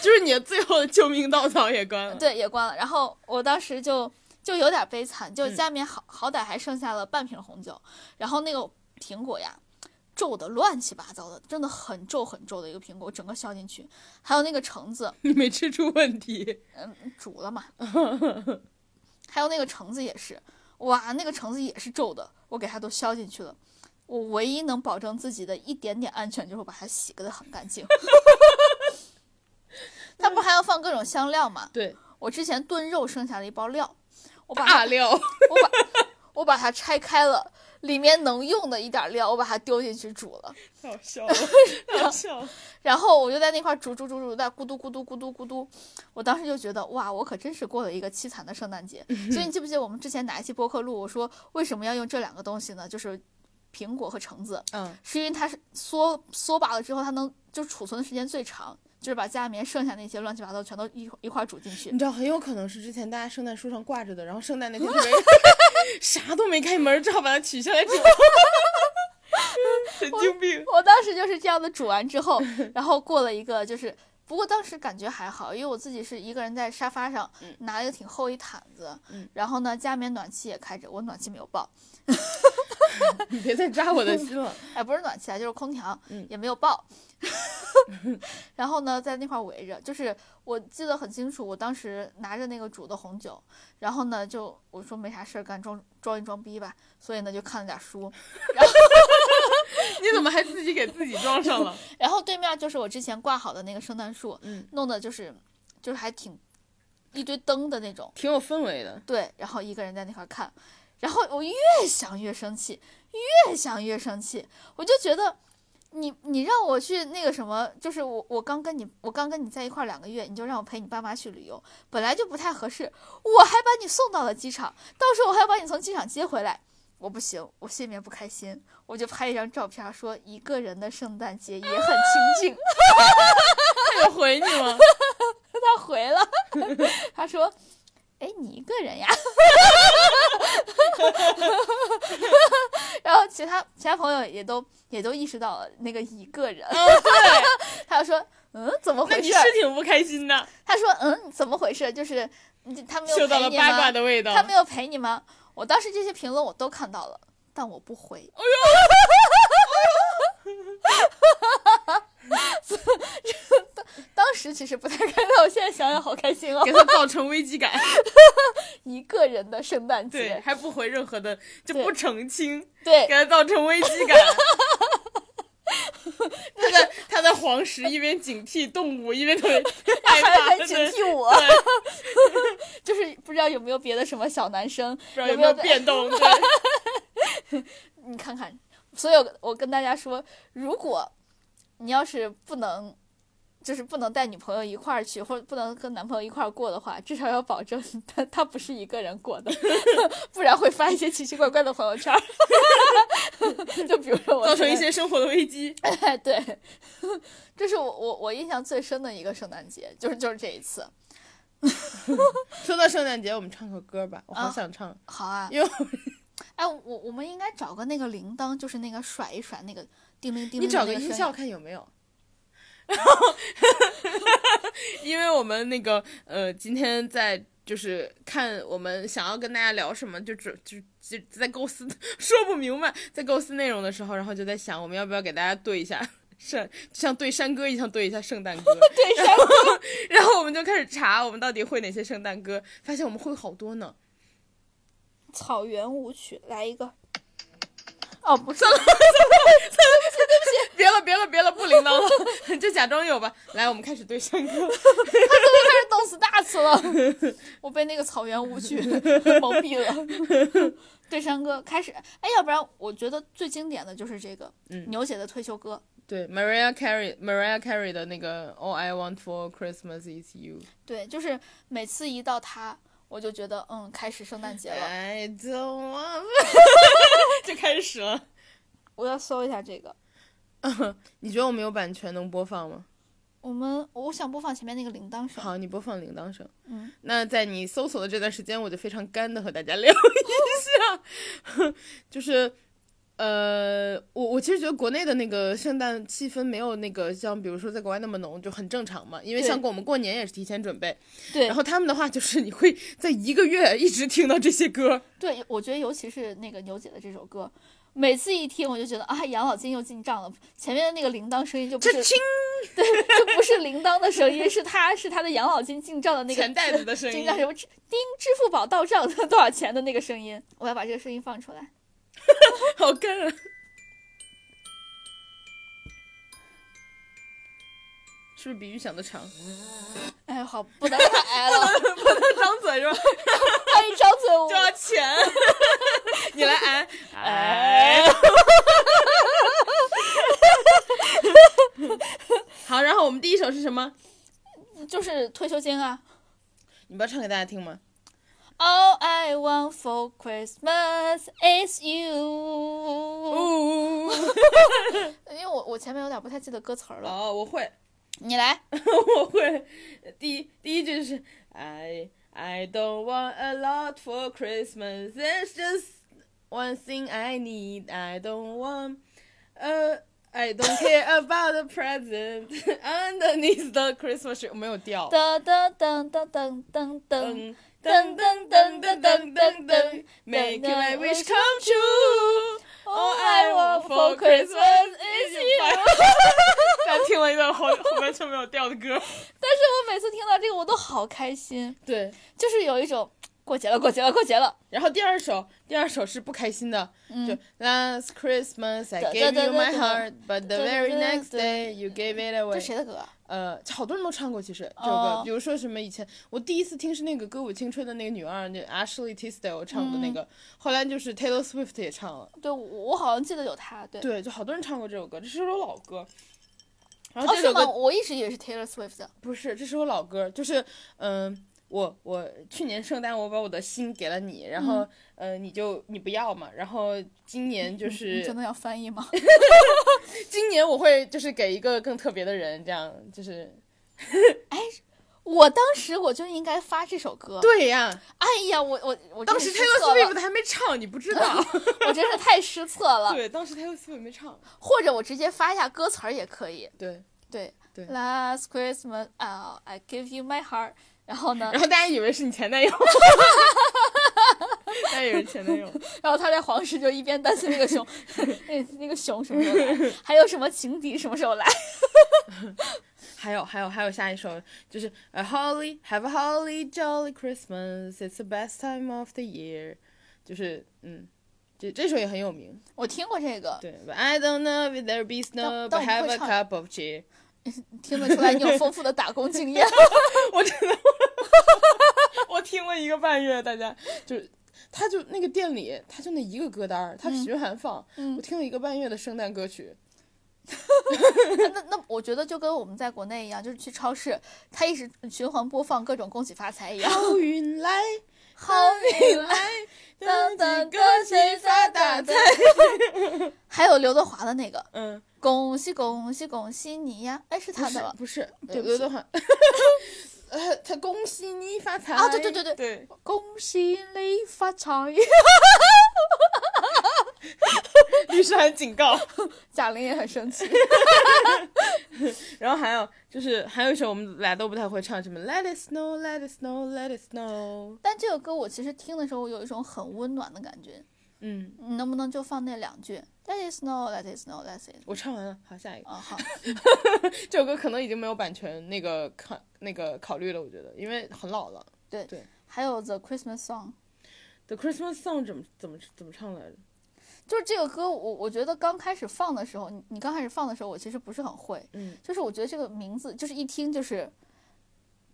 [SPEAKER 3] 就是你的最后的救命稻草也关了。
[SPEAKER 2] 对，也关了。然后我当时就就有点悲惨，就家里面好、好歹还剩下了半瓶红酒，然后那个苹果呀。皱的乱七八糟的，真的很皱很皱的一个苹果，整个削进去，还有那个橙子，
[SPEAKER 3] 你没吃出问题，
[SPEAKER 2] 嗯，煮了嘛，还有那个橙子也是，哇，那个橙子也是皱的，我给它都削进去了。我唯一能保证自己的一点点安全，就是把它洗个的很干净。 它不还要放各种香料吗？
[SPEAKER 3] 对，
[SPEAKER 2] 我之前炖肉剩下了一包料，我把它
[SPEAKER 3] 大料，
[SPEAKER 2] 我把我把它拆开了，里面能用的一点料，我把它丢进去煮了。
[SPEAKER 3] 太 好笑了，太好笑哦了。
[SPEAKER 2] 然后我就在那块煮煮煮煮，在咕嘟咕嘟咕嘟咕嘟，我当时就觉得哇，我可真是过了一个凄惨的圣诞节。所以你记不记得我们之前哪一期播客录，我说为什么要用这两个东西呢？就是苹果和橙子，
[SPEAKER 3] 嗯，
[SPEAKER 2] 是因为它是缩缩把了之后，它能就储存的时间最长，就是把家里面剩下那些乱七八糟全都一一块儿煮进去
[SPEAKER 3] 你。知道很有可能是之前大家圣诞树上挂着的，然后圣诞那天 特别啥都没开门，只好把它取下来煮。神经病，
[SPEAKER 2] 我当时就是这样的煮完之后，然后过了一个就是，不过当时感觉还好，因为我自己是一个人在沙发上
[SPEAKER 3] 嗯
[SPEAKER 2] 拿了一个挺厚一毯子，
[SPEAKER 3] 嗯
[SPEAKER 2] 然后呢家里面暖气也开着，我暖气没有爆，
[SPEAKER 3] 你别再扎我的心了。
[SPEAKER 2] 哎不是暖气啊，就是空调，
[SPEAKER 3] 嗯
[SPEAKER 2] 也没有爆。 然后呢，在那块围着，就是我记得很清楚，我当时拿着那个煮的红酒，然后呢，就我说没啥事儿干，装装一装逼吧，所以呢就看了点书，
[SPEAKER 3] 你怎么还自己给自己装上了？
[SPEAKER 2] 然后对面就是我之前挂好的那个圣诞树，
[SPEAKER 3] 嗯，
[SPEAKER 2] 弄的就是就是还挺一堆灯的那种，
[SPEAKER 3] 挺有氛围的。
[SPEAKER 2] 对，然后一个人在那块儿看，然后我越想越生气，越想越生气，我就觉得你你让我去那个什么，就是我我刚跟你我刚跟你在一块儿两个月，你就让我陪你爸妈去旅游，本来就不太合适，我还把你送到了机场，到时候我还要把你从机场接回来。我不行，我心里面不开心，我就拍一张照片，说一个人的圣诞节也很清静。
[SPEAKER 3] 他有回你 吗？
[SPEAKER 2] 他回了， 他说：“哎，你一个人呀？” 然后其他其他朋友也都也都意识到了那个一个人，
[SPEAKER 3] 哦，对。
[SPEAKER 2] 他就说：“嗯，怎么
[SPEAKER 3] 那
[SPEAKER 2] 回
[SPEAKER 3] 你
[SPEAKER 2] 事
[SPEAKER 3] 是？”挺不开心的，
[SPEAKER 2] 他说：“嗯，怎么回事？就是你他没有
[SPEAKER 3] 嗅到了
[SPEAKER 2] 陪你吗
[SPEAKER 3] 八卦的味道。
[SPEAKER 2] 他没有陪你吗？”我当时这些评论我都看到了，但我不回。哎呦！ 当时其实不太开心，我现在想想好开心哦
[SPEAKER 3] 给。他造成危机感，
[SPEAKER 2] 一个人的圣诞
[SPEAKER 3] 对，
[SPEAKER 2] 节，
[SPEAKER 3] 还不回任何的，就
[SPEAKER 2] 对
[SPEAKER 3] 不澄清，
[SPEAKER 2] 对
[SPEAKER 3] 给他造成危机感。他在 他在黄石一边警惕动物，一边特别害
[SPEAKER 2] 还
[SPEAKER 3] 怕，
[SPEAKER 2] 在警
[SPEAKER 3] 对
[SPEAKER 2] 惕我，
[SPEAKER 3] 对，
[SPEAKER 2] 就是不知道有没有别的什么小男生，
[SPEAKER 3] 不知道
[SPEAKER 2] 有
[SPEAKER 3] 有
[SPEAKER 2] 没
[SPEAKER 3] 没
[SPEAKER 2] 有
[SPEAKER 3] 有变动。 对，
[SPEAKER 2] 你看看。所以我，我跟大家说，如果你要是不能，就是不能带女朋友一块儿去，或者不能跟男朋友一块儿过的话，至少要保证他他不是一个人过的， 不然会发一些奇奇怪怪的朋友圈儿。 就比如说我
[SPEAKER 3] 造成
[SPEAKER 2] 现
[SPEAKER 3] 一
[SPEAKER 2] 在
[SPEAKER 3] 些生活的危机。
[SPEAKER 2] 哎， 对，这是我我我印象最深的一个圣诞节，就是就是这一次。
[SPEAKER 3] 说到圣诞节，我们唱首歌吧，我好想唱。
[SPEAKER 2] 好啊，
[SPEAKER 3] 因为
[SPEAKER 2] 哎，我我们应该找个那个铃铛，就是那个甩一甩那个叮铃叮铃。
[SPEAKER 3] 你找个
[SPEAKER 2] 音
[SPEAKER 3] 音效，看有没有。然后， 因为我们那个呃，今天在就是看我们想要跟大家聊什么，就只就就在构思 说不明白，在构思内容的时候，然后就在想我们要不要给大家对一下。圣就像对山歌一样对一下圣诞歌， 对山歌然后，然后我们就开始查我们到底会哪些圣诞歌，发现我们会好多呢。
[SPEAKER 2] 草原舞曲，来一个。哦，不 是，
[SPEAKER 3] 别了别了别了，不铃铛了， 就假装有吧。来，我们开始对山歌。
[SPEAKER 2] 开始动词大词了。我被那个草原舞曲 蒙蔽了。 对山歌开始，哎，要不然我觉得最经典的就是这个、
[SPEAKER 3] 嗯
[SPEAKER 2] 牛姐的退休歌。
[SPEAKER 3] 对，Mariah Carey Mariah Carey 的那个 All I Want for Christmas Is You。
[SPEAKER 2] 对，就是每次一到它，我就觉得嗯，开始圣诞节了。
[SPEAKER 3] I don't want 就开始了。
[SPEAKER 2] 我要搜一下这个。
[SPEAKER 3] 你觉得我们有版权能播放吗？
[SPEAKER 2] 我们我想播放前面那个铃铛声。
[SPEAKER 3] 好，你播放铃铛声。
[SPEAKER 2] 嗯，
[SPEAKER 3] 那在你搜索的 这段时间，我就非常干的和大家聊一下，就是呃，我我其实觉得国内的那个圣诞气氛没有那个像比如说在国外那么浓，就很正常嘛。因为
[SPEAKER 2] 对
[SPEAKER 3] 像我们过年也是提前准备，
[SPEAKER 2] 对
[SPEAKER 3] 然后他们的话就是你会在一个月一直听到这些歌，
[SPEAKER 2] 对，我觉得尤其是那个牛姐的这首歌，每次一听我就觉得啊，养老金又进账了。前面的那个铃铛声音就不
[SPEAKER 3] 这
[SPEAKER 2] 是
[SPEAKER 3] 听
[SPEAKER 2] 就不是铃铛的声音，是他是他的养老金进账的那个
[SPEAKER 3] 钱袋子的声
[SPEAKER 2] 进
[SPEAKER 3] 音，
[SPEAKER 2] 账什么支叮支付宝到账多少钱的那个声音。我要把这个声音放出来。
[SPEAKER 3] 好干啊！ 是不是比预想的长？
[SPEAKER 2] 哎，好， 不能再挨了，
[SPEAKER 3] 张嘴 是吧？
[SPEAKER 2] 他一张嘴我
[SPEAKER 3] 就要钱， 你 来挨
[SPEAKER 2] 哎。
[SPEAKER 3] 好，然后我们第一首是什么？
[SPEAKER 2] 就是退休金啊。
[SPEAKER 3] 你不要唱给大家听吗？
[SPEAKER 2] All I want for Christmas is you。
[SPEAKER 3] 哦，
[SPEAKER 2] 因为我我前面有点不太记得歌词儿了，
[SPEAKER 3] 哦，我会，
[SPEAKER 2] 你来。
[SPEAKER 3] 我会。第一第一句是 I I don't want a lot for Christmas. There's just one thing I need. I don't want a I don't care about the present underneath the Christmas tree。我没有调。
[SPEAKER 2] 噔噔噔噔噔噔噔。
[SPEAKER 3] 噔噔噔噔噔噔噔噔，Make my wish come true。
[SPEAKER 2] All I want for Christmas is you。
[SPEAKER 3] 大家听了一段后后完全没有调的歌。
[SPEAKER 2] 但是我每次听到这个，我都好开心，
[SPEAKER 3] 对，
[SPEAKER 2] 就是有一种过节了，过节了，过节了。
[SPEAKER 3] 然后第二首，第二首是不开心的，就 Last Christmas I
[SPEAKER 2] 对
[SPEAKER 3] gave
[SPEAKER 2] 嗯对
[SPEAKER 3] you
[SPEAKER 2] 对
[SPEAKER 3] my
[SPEAKER 2] 对
[SPEAKER 3] heart, but the
[SPEAKER 2] 对对
[SPEAKER 3] very
[SPEAKER 2] 对
[SPEAKER 3] next
[SPEAKER 2] 对
[SPEAKER 3] day you gave it
[SPEAKER 2] 这
[SPEAKER 3] away。
[SPEAKER 2] 谁的歌啊？
[SPEAKER 3] 呃，好多人都唱过，其实这首歌
[SPEAKER 2] 哦，
[SPEAKER 3] 比如说什么以前我第一次听是那个《歌舞青春》的那个女二，那 Ashley Tisdale 唱的那
[SPEAKER 2] 嗯
[SPEAKER 3] 个，后来就是 Taylor Swift 也唱了，
[SPEAKER 2] 对，我我好像记得有他。对，哦
[SPEAKER 3] 对，就好多人唱过这首歌，这是首老歌。然后
[SPEAKER 2] 哦，
[SPEAKER 3] 这
[SPEAKER 2] 是
[SPEAKER 3] 首歌、
[SPEAKER 2] 吗？我一直以为是 Taylor Swift 的。
[SPEAKER 3] 不是，这是首老歌，就是嗯、我我去年圣诞我把我的心给了你，然后、呃你就你不要嘛，然后今年就
[SPEAKER 2] 你
[SPEAKER 3] 是
[SPEAKER 2] 真的要翻译吗？
[SPEAKER 3] 今年我会就是给一个更特别的人，这样就是
[SPEAKER 2] 我当时我就应该发这首歌。
[SPEAKER 3] 对呀、
[SPEAKER 2] 哎呀，我我我真
[SPEAKER 3] 哦当
[SPEAKER 2] 是
[SPEAKER 3] 时
[SPEAKER 2] 失
[SPEAKER 3] Taylor
[SPEAKER 2] 策了
[SPEAKER 3] Swift 还没唱，你不知 道，
[SPEAKER 2] 我真是太失策了。
[SPEAKER 3] 对，当时 Taylor Swift 没唱，
[SPEAKER 2] 或者我直接发一下歌词儿也可以。
[SPEAKER 3] 对。
[SPEAKER 2] 对
[SPEAKER 3] 对
[SPEAKER 2] Last Christmas, oh, I give you my heart。然后呢
[SPEAKER 3] 然，后大家以为是你前男友， 大家以为是前男友，
[SPEAKER 2] 然后他在黄石就一边担心那个熊， 那那个熊什么时候 来，还有什么情敌什么时候来。
[SPEAKER 3] 还有还有还有下一首就是 A Holly Have a Holly Jolly Christmas It's the best time of the year，就是嗯，这这首也很有名。
[SPEAKER 2] 我听过这个，
[SPEAKER 3] 对，But I don't know if there be snow,
[SPEAKER 2] 但但
[SPEAKER 3] but
[SPEAKER 2] 我
[SPEAKER 3] have
[SPEAKER 2] 不
[SPEAKER 3] a
[SPEAKER 2] 会唱
[SPEAKER 3] cup of cheer。
[SPEAKER 2] 听得出来你有丰富的打工经验。
[SPEAKER 3] 我听了一个半月，大家就是。他就那个店里，他就那一个歌单儿，他循环放。
[SPEAKER 2] 嗯
[SPEAKER 3] 我听了一个半月的圣诞歌曲，
[SPEAKER 2] 那那我觉得就跟我们在国内一样，就是去超市，他一直循环播放各种恭喜发财一样。
[SPEAKER 3] 好运哦来，
[SPEAKER 2] 好
[SPEAKER 3] 运
[SPEAKER 2] 啊
[SPEAKER 3] 来，当当恭喜发大财。
[SPEAKER 2] 还有刘德华的那个
[SPEAKER 3] 嗯，
[SPEAKER 2] “恭喜恭喜恭喜你呀”，哎，是
[SPEAKER 3] 不
[SPEAKER 2] 他
[SPEAKER 3] 是
[SPEAKER 2] 的吧？
[SPEAKER 3] 不是，
[SPEAKER 2] 对不起
[SPEAKER 3] 刘 德华，呃，他恭喜你发财
[SPEAKER 2] 啊对对对对
[SPEAKER 3] 哦对，
[SPEAKER 2] 恭喜你发财，
[SPEAKER 3] 律师函警告。
[SPEAKER 2] 贾玲也很生气。
[SPEAKER 3] 然后还有就是还有一首我们俩都不太会唱，什么 Let it snow, Let it snow, Let it snow。
[SPEAKER 2] 但这个歌我其实听的时候，我有一种很温暖的感觉。
[SPEAKER 3] 嗯，
[SPEAKER 2] 你能不能就放那两句？Let it snow, let it snow, let it snow。
[SPEAKER 3] 我唱完了，好下一个。
[SPEAKER 2] 啊、好，
[SPEAKER 3] 这首歌可能已经没有版权那个考那个考虑了，我觉得，因为很老了。
[SPEAKER 2] 还有 The Christmas Song，
[SPEAKER 3] The Christmas Song 怎么怎么怎么唱来着？
[SPEAKER 2] 就是这个歌我，我觉得刚开始放的时候，你你刚开始放的时候，我其实不是很会，
[SPEAKER 3] 嗯
[SPEAKER 2] 就是我觉得这个名字就是一听就是，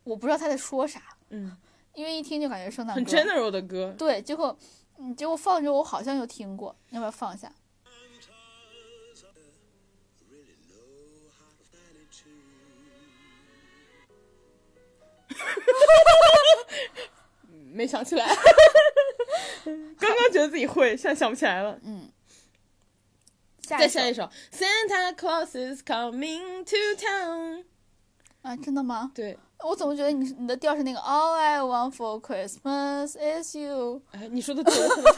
[SPEAKER 2] 我不知道他在说啥，
[SPEAKER 3] 嗯，
[SPEAKER 2] 因为一听就感觉圣诞
[SPEAKER 3] 很
[SPEAKER 2] 歌，
[SPEAKER 3] general 的歌。
[SPEAKER 2] 对，结果嗯，结果放着我好像有听过，要不要放一下？
[SPEAKER 3] 没想 起来，刚刚觉得自己会，现在想不起来了。
[SPEAKER 2] 嗯，下
[SPEAKER 3] 再
[SPEAKER 2] 一首
[SPEAKER 3] 下一首，Santa Claus is coming to town。
[SPEAKER 2] 啊，真的吗？
[SPEAKER 3] 对，
[SPEAKER 2] 我怎么觉得你是你的调是那个 All I want for Christmas is you？
[SPEAKER 3] 哎，你说的对，我可能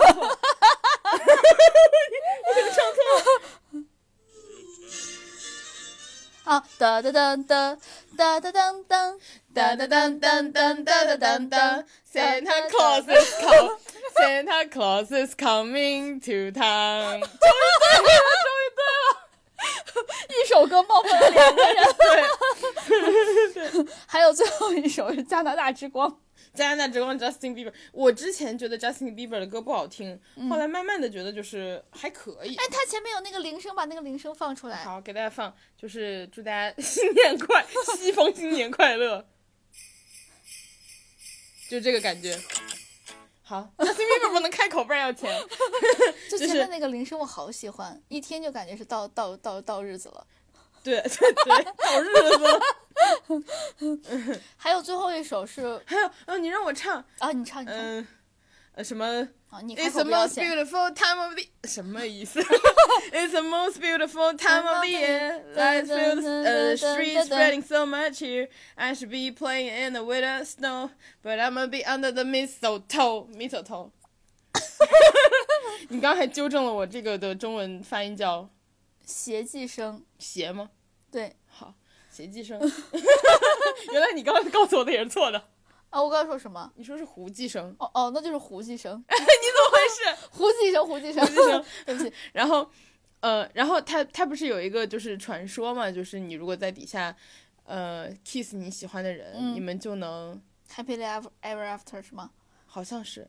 [SPEAKER 3] 唱错了。
[SPEAKER 2] 啊，哒哒哒哒哒哒当当
[SPEAKER 3] 哒哒当当当哒哒当当，Santa Claus is come, Santa Claus is coming to town。
[SPEAKER 2] 一首歌冒犯了两个人。 还有最后一首是《加拿大之光》，
[SPEAKER 3] 加拿大之光 Justin Bieber，我之前觉得 Justin Bieber 的歌不好听，后来慢慢的觉得就是还可以。
[SPEAKER 2] 哎，它前面有那个铃声，把那个铃声放出来。
[SPEAKER 3] 好，给大家放，就是祝大家 新年快，西方新年快乐，就这个感觉。好，Justin Bieber 不能开口，不然要钱。
[SPEAKER 2] 就前
[SPEAKER 3] 是
[SPEAKER 2] 面那个铃声我好喜欢，一听就感觉是到到到到日子了。
[SPEAKER 3] 对对对， 好日子。
[SPEAKER 2] 还有最后一首是
[SPEAKER 3] 还有，嗯，你让我唱，
[SPEAKER 2] 啊，你唱你唱
[SPEAKER 3] 嗯、呃，什么？
[SPEAKER 2] 啊，你开
[SPEAKER 3] It's
[SPEAKER 2] 口
[SPEAKER 3] the
[SPEAKER 2] 不要
[SPEAKER 3] most
[SPEAKER 2] 钱。
[SPEAKER 3] beautiful time of the 什么意思？It's the most beautiful time of the year. Lights fill the uh, streets, spreading so much here. I should be playing in the winter snow, but I'ma be under the mistletoe. mistletoe。你刚才纠正了我这个的中文发音叫
[SPEAKER 2] 邪寄生，
[SPEAKER 3] 邪吗？
[SPEAKER 2] 对
[SPEAKER 3] 好，邪寄生。 原来你刚刚告诉我的也是错的。
[SPEAKER 2] 啊，我刚刚说什么？
[SPEAKER 3] 你说是胡寄生，
[SPEAKER 2] 哦哦，那就是胡寄生，
[SPEAKER 3] 不是？
[SPEAKER 2] 胡寄生，胡寄生，
[SPEAKER 3] 寄生
[SPEAKER 2] 对不起，
[SPEAKER 3] 然后，呃，然后他他不是有一个就是传说嘛，就是你如果在底下，呃，kiss 你喜欢的人，
[SPEAKER 2] 嗯
[SPEAKER 3] 你们就能，
[SPEAKER 2] Happy Ever Ever After 是吗？
[SPEAKER 3] 好像是，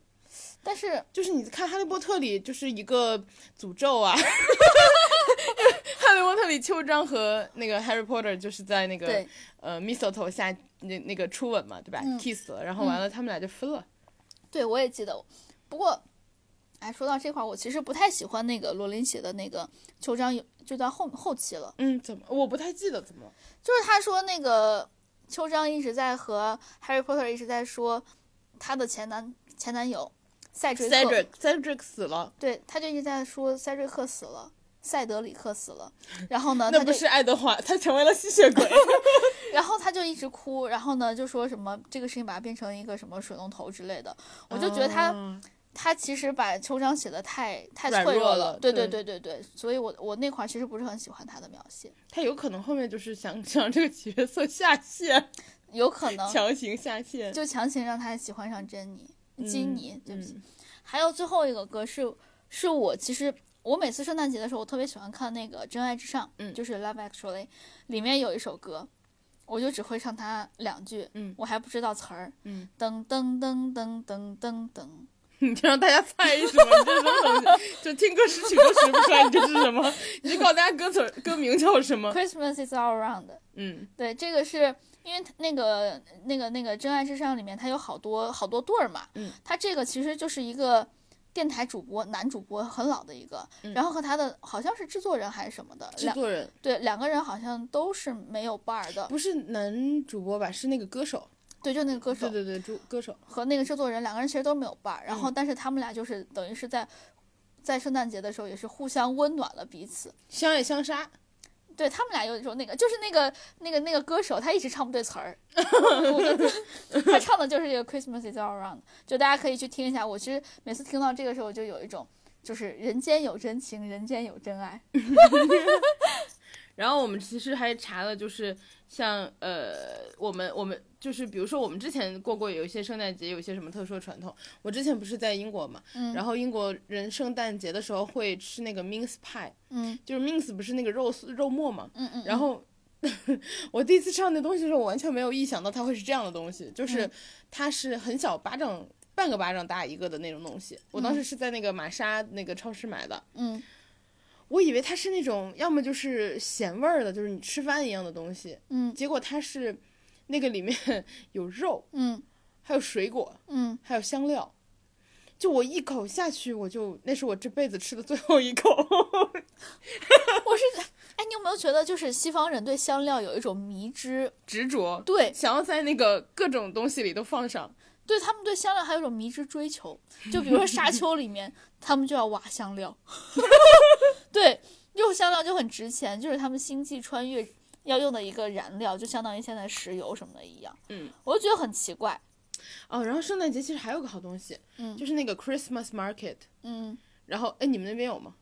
[SPEAKER 2] 但是
[SPEAKER 3] 就是你看《哈利波特》里就是一个诅咒 啊，《哈利波特》里秋张和那个 Harry Potter 就是在那个
[SPEAKER 2] 对，
[SPEAKER 3] 呃 mistletoe 下那那个初吻嘛，对吧、
[SPEAKER 2] 嗯
[SPEAKER 3] k i s s 了，然后完了他们俩就分了。
[SPEAKER 2] 对我也记得。不过，哎，说到这块儿，我其实不太喜欢那个罗琳写的那个秋章有，就到后后期了，
[SPEAKER 3] 嗯，怎么？我不太记得怎么了。
[SPEAKER 2] 就是他说那个秋章一直在和 Harry Potter 一直在说他的前男前男友赛追克
[SPEAKER 3] Cedric Cedric 死了，
[SPEAKER 2] 对，他就一直在说塞瑞克死了，塞德里克死 了，然后呢，
[SPEAKER 3] 那
[SPEAKER 2] 呃他
[SPEAKER 3] 不
[SPEAKER 2] 就是
[SPEAKER 3] 爱德华，他成为了吸血鬼。
[SPEAKER 2] 然后他就一直哭，然后呢就说什么这个事情把它变成一个什么水龙头之类的， 我就觉得他、
[SPEAKER 3] 啊
[SPEAKER 2] 他其实把秋章写的太太
[SPEAKER 3] 软
[SPEAKER 2] 脆
[SPEAKER 3] 弱
[SPEAKER 2] 弱
[SPEAKER 3] 了
[SPEAKER 2] 对
[SPEAKER 3] 对
[SPEAKER 2] 对对对，所以我我那块儿其实不是很喜欢他的描写，
[SPEAKER 3] 他有可能后面就是想 想让这个角色下线，
[SPEAKER 2] 有可能
[SPEAKER 3] 强行下线。
[SPEAKER 2] 就强行让他喜欢上珍妮、金
[SPEAKER 3] 嗯
[SPEAKER 2] 妮，对不起。
[SPEAKER 3] 嗯
[SPEAKER 2] 还有最后一个歌是是我其实我每次圣诞节的时候，我特别喜欢看那个《真爱至上》，
[SPEAKER 3] 嗯
[SPEAKER 2] 就是《Love Actually》，里面有一首歌，我就只会唱它两句，
[SPEAKER 3] 嗯
[SPEAKER 2] 我还不知道词儿，
[SPEAKER 3] 嗯，
[SPEAKER 2] 噔噔噔噔噔噔噔，
[SPEAKER 3] 你就让大家猜什么？你这是什么东西？就听歌识曲都识不出来，你这是什么？你就告诉大家歌词儿歌名叫什么？
[SPEAKER 2] Christmas is all around。
[SPEAKER 3] 嗯
[SPEAKER 2] 对，这个是因为它那个那个那个《真爱至上》里面它有好多好多对儿嘛，
[SPEAKER 3] 嗯，
[SPEAKER 2] 他这个其实就是一个电台主播，男主播很老的一个，
[SPEAKER 3] 嗯
[SPEAKER 2] 然后和他的好像是制作人还是什么的，两
[SPEAKER 3] 作人
[SPEAKER 2] 对两个人好像都是没有伴儿的，
[SPEAKER 3] 呃不是男主播吧？是那个歌手。
[SPEAKER 2] 对，就那个歌手
[SPEAKER 3] 对嗯对对，主歌手。
[SPEAKER 2] 和那个制作人两个人其实都没有伴儿，然后但是他们俩就是等于是在在圣诞节的时候也是互相温暖了彼此。
[SPEAKER 3] 相爱相杀，
[SPEAKER 2] 对他们俩有一种那个，就是那个那个那个歌手，他一直唱不对 词儿，我就他唱的就是这个 Christmas is all around，就大家可以去听一下。我其实每次听到这个时候，就有一种就是人间有真情，人间有真爱。
[SPEAKER 3] 然后我们其实还查了，就是像呃，我们我们就是比如说我们之前过过有一些圣诞节，有一些什么特殊的传统。我之前不是在英国嘛，
[SPEAKER 2] 嗯
[SPEAKER 3] 然后英国人圣诞节的时候会吃那个 mince pie，
[SPEAKER 2] 嗯
[SPEAKER 3] 就是 mince 不是那个肉丝肉末嘛，
[SPEAKER 2] 嗯嗯，
[SPEAKER 3] 然后。 我第一次吃到那东西的时候，我完全没有意想到它会是这样的东西，就是
[SPEAKER 2] 嗯
[SPEAKER 3] 它是很小巴掌、半个巴掌大一个的那种东西。我当时是在那个玛莎那个超市买的，
[SPEAKER 2] 嗯
[SPEAKER 3] 我以为它是那种要么就是咸味儿的，就是你吃饭一样的东西，
[SPEAKER 2] 嗯
[SPEAKER 3] 结果它是那个里面 有肉，
[SPEAKER 2] 嗯
[SPEAKER 3] 还有水果，
[SPEAKER 2] 嗯，
[SPEAKER 3] 还有香料。就我一口下去，我就那是我这辈子吃的最后一口。
[SPEAKER 2] 我是哎，你有没有觉得就是西方人对香料有一种迷之？
[SPEAKER 3] 执着，
[SPEAKER 2] 对，
[SPEAKER 3] 想要在那个各种东西里都放上。
[SPEAKER 2] 对他们对香料还有一种迷之追求，就比如说《沙丘》里面，他们就要挖香料， 对，用香料就很值钱，就是他们星际穿越要用的一个燃料，就相当于现在石油什么的一样。
[SPEAKER 3] 嗯，
[SPEAKER 2] 我就觉得很奇怪。
[SPEAKER 3] 哦，然后圣诞节其实还有个好东西，
[SPEAKER 2] 嗯
[SPEAKER 3] 就是那个 Christmas Market。
[SPEAKER 2] 嗯，
[SPEAKER 3] 然后，哎，你们那边有吗？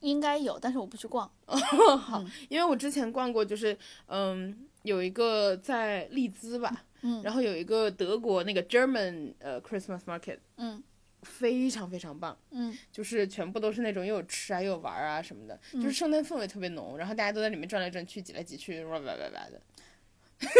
[SPEAKER 2] 应该有，但是我不去逛。
[SPEAKER 3] 好，因为我之前逛过，就是嗯，有一个在利兹吧，
[SPEAKER 2] 嗯
[SPEAKER 3] 然后有一个德国那个 German 呃 Christmas Market，
[SPEAKER 2] 嗯
[SPEAKER 3] 非常非常棒，
[SPEAKER 2] 嗯，
[SPEAKER 3] 就是全部都是那种又有吃啊又有玩啊什么的，就是圣诞氛围特别浓，然后大家都在里面转来转去，挤来挤去，哇哇哇哇的。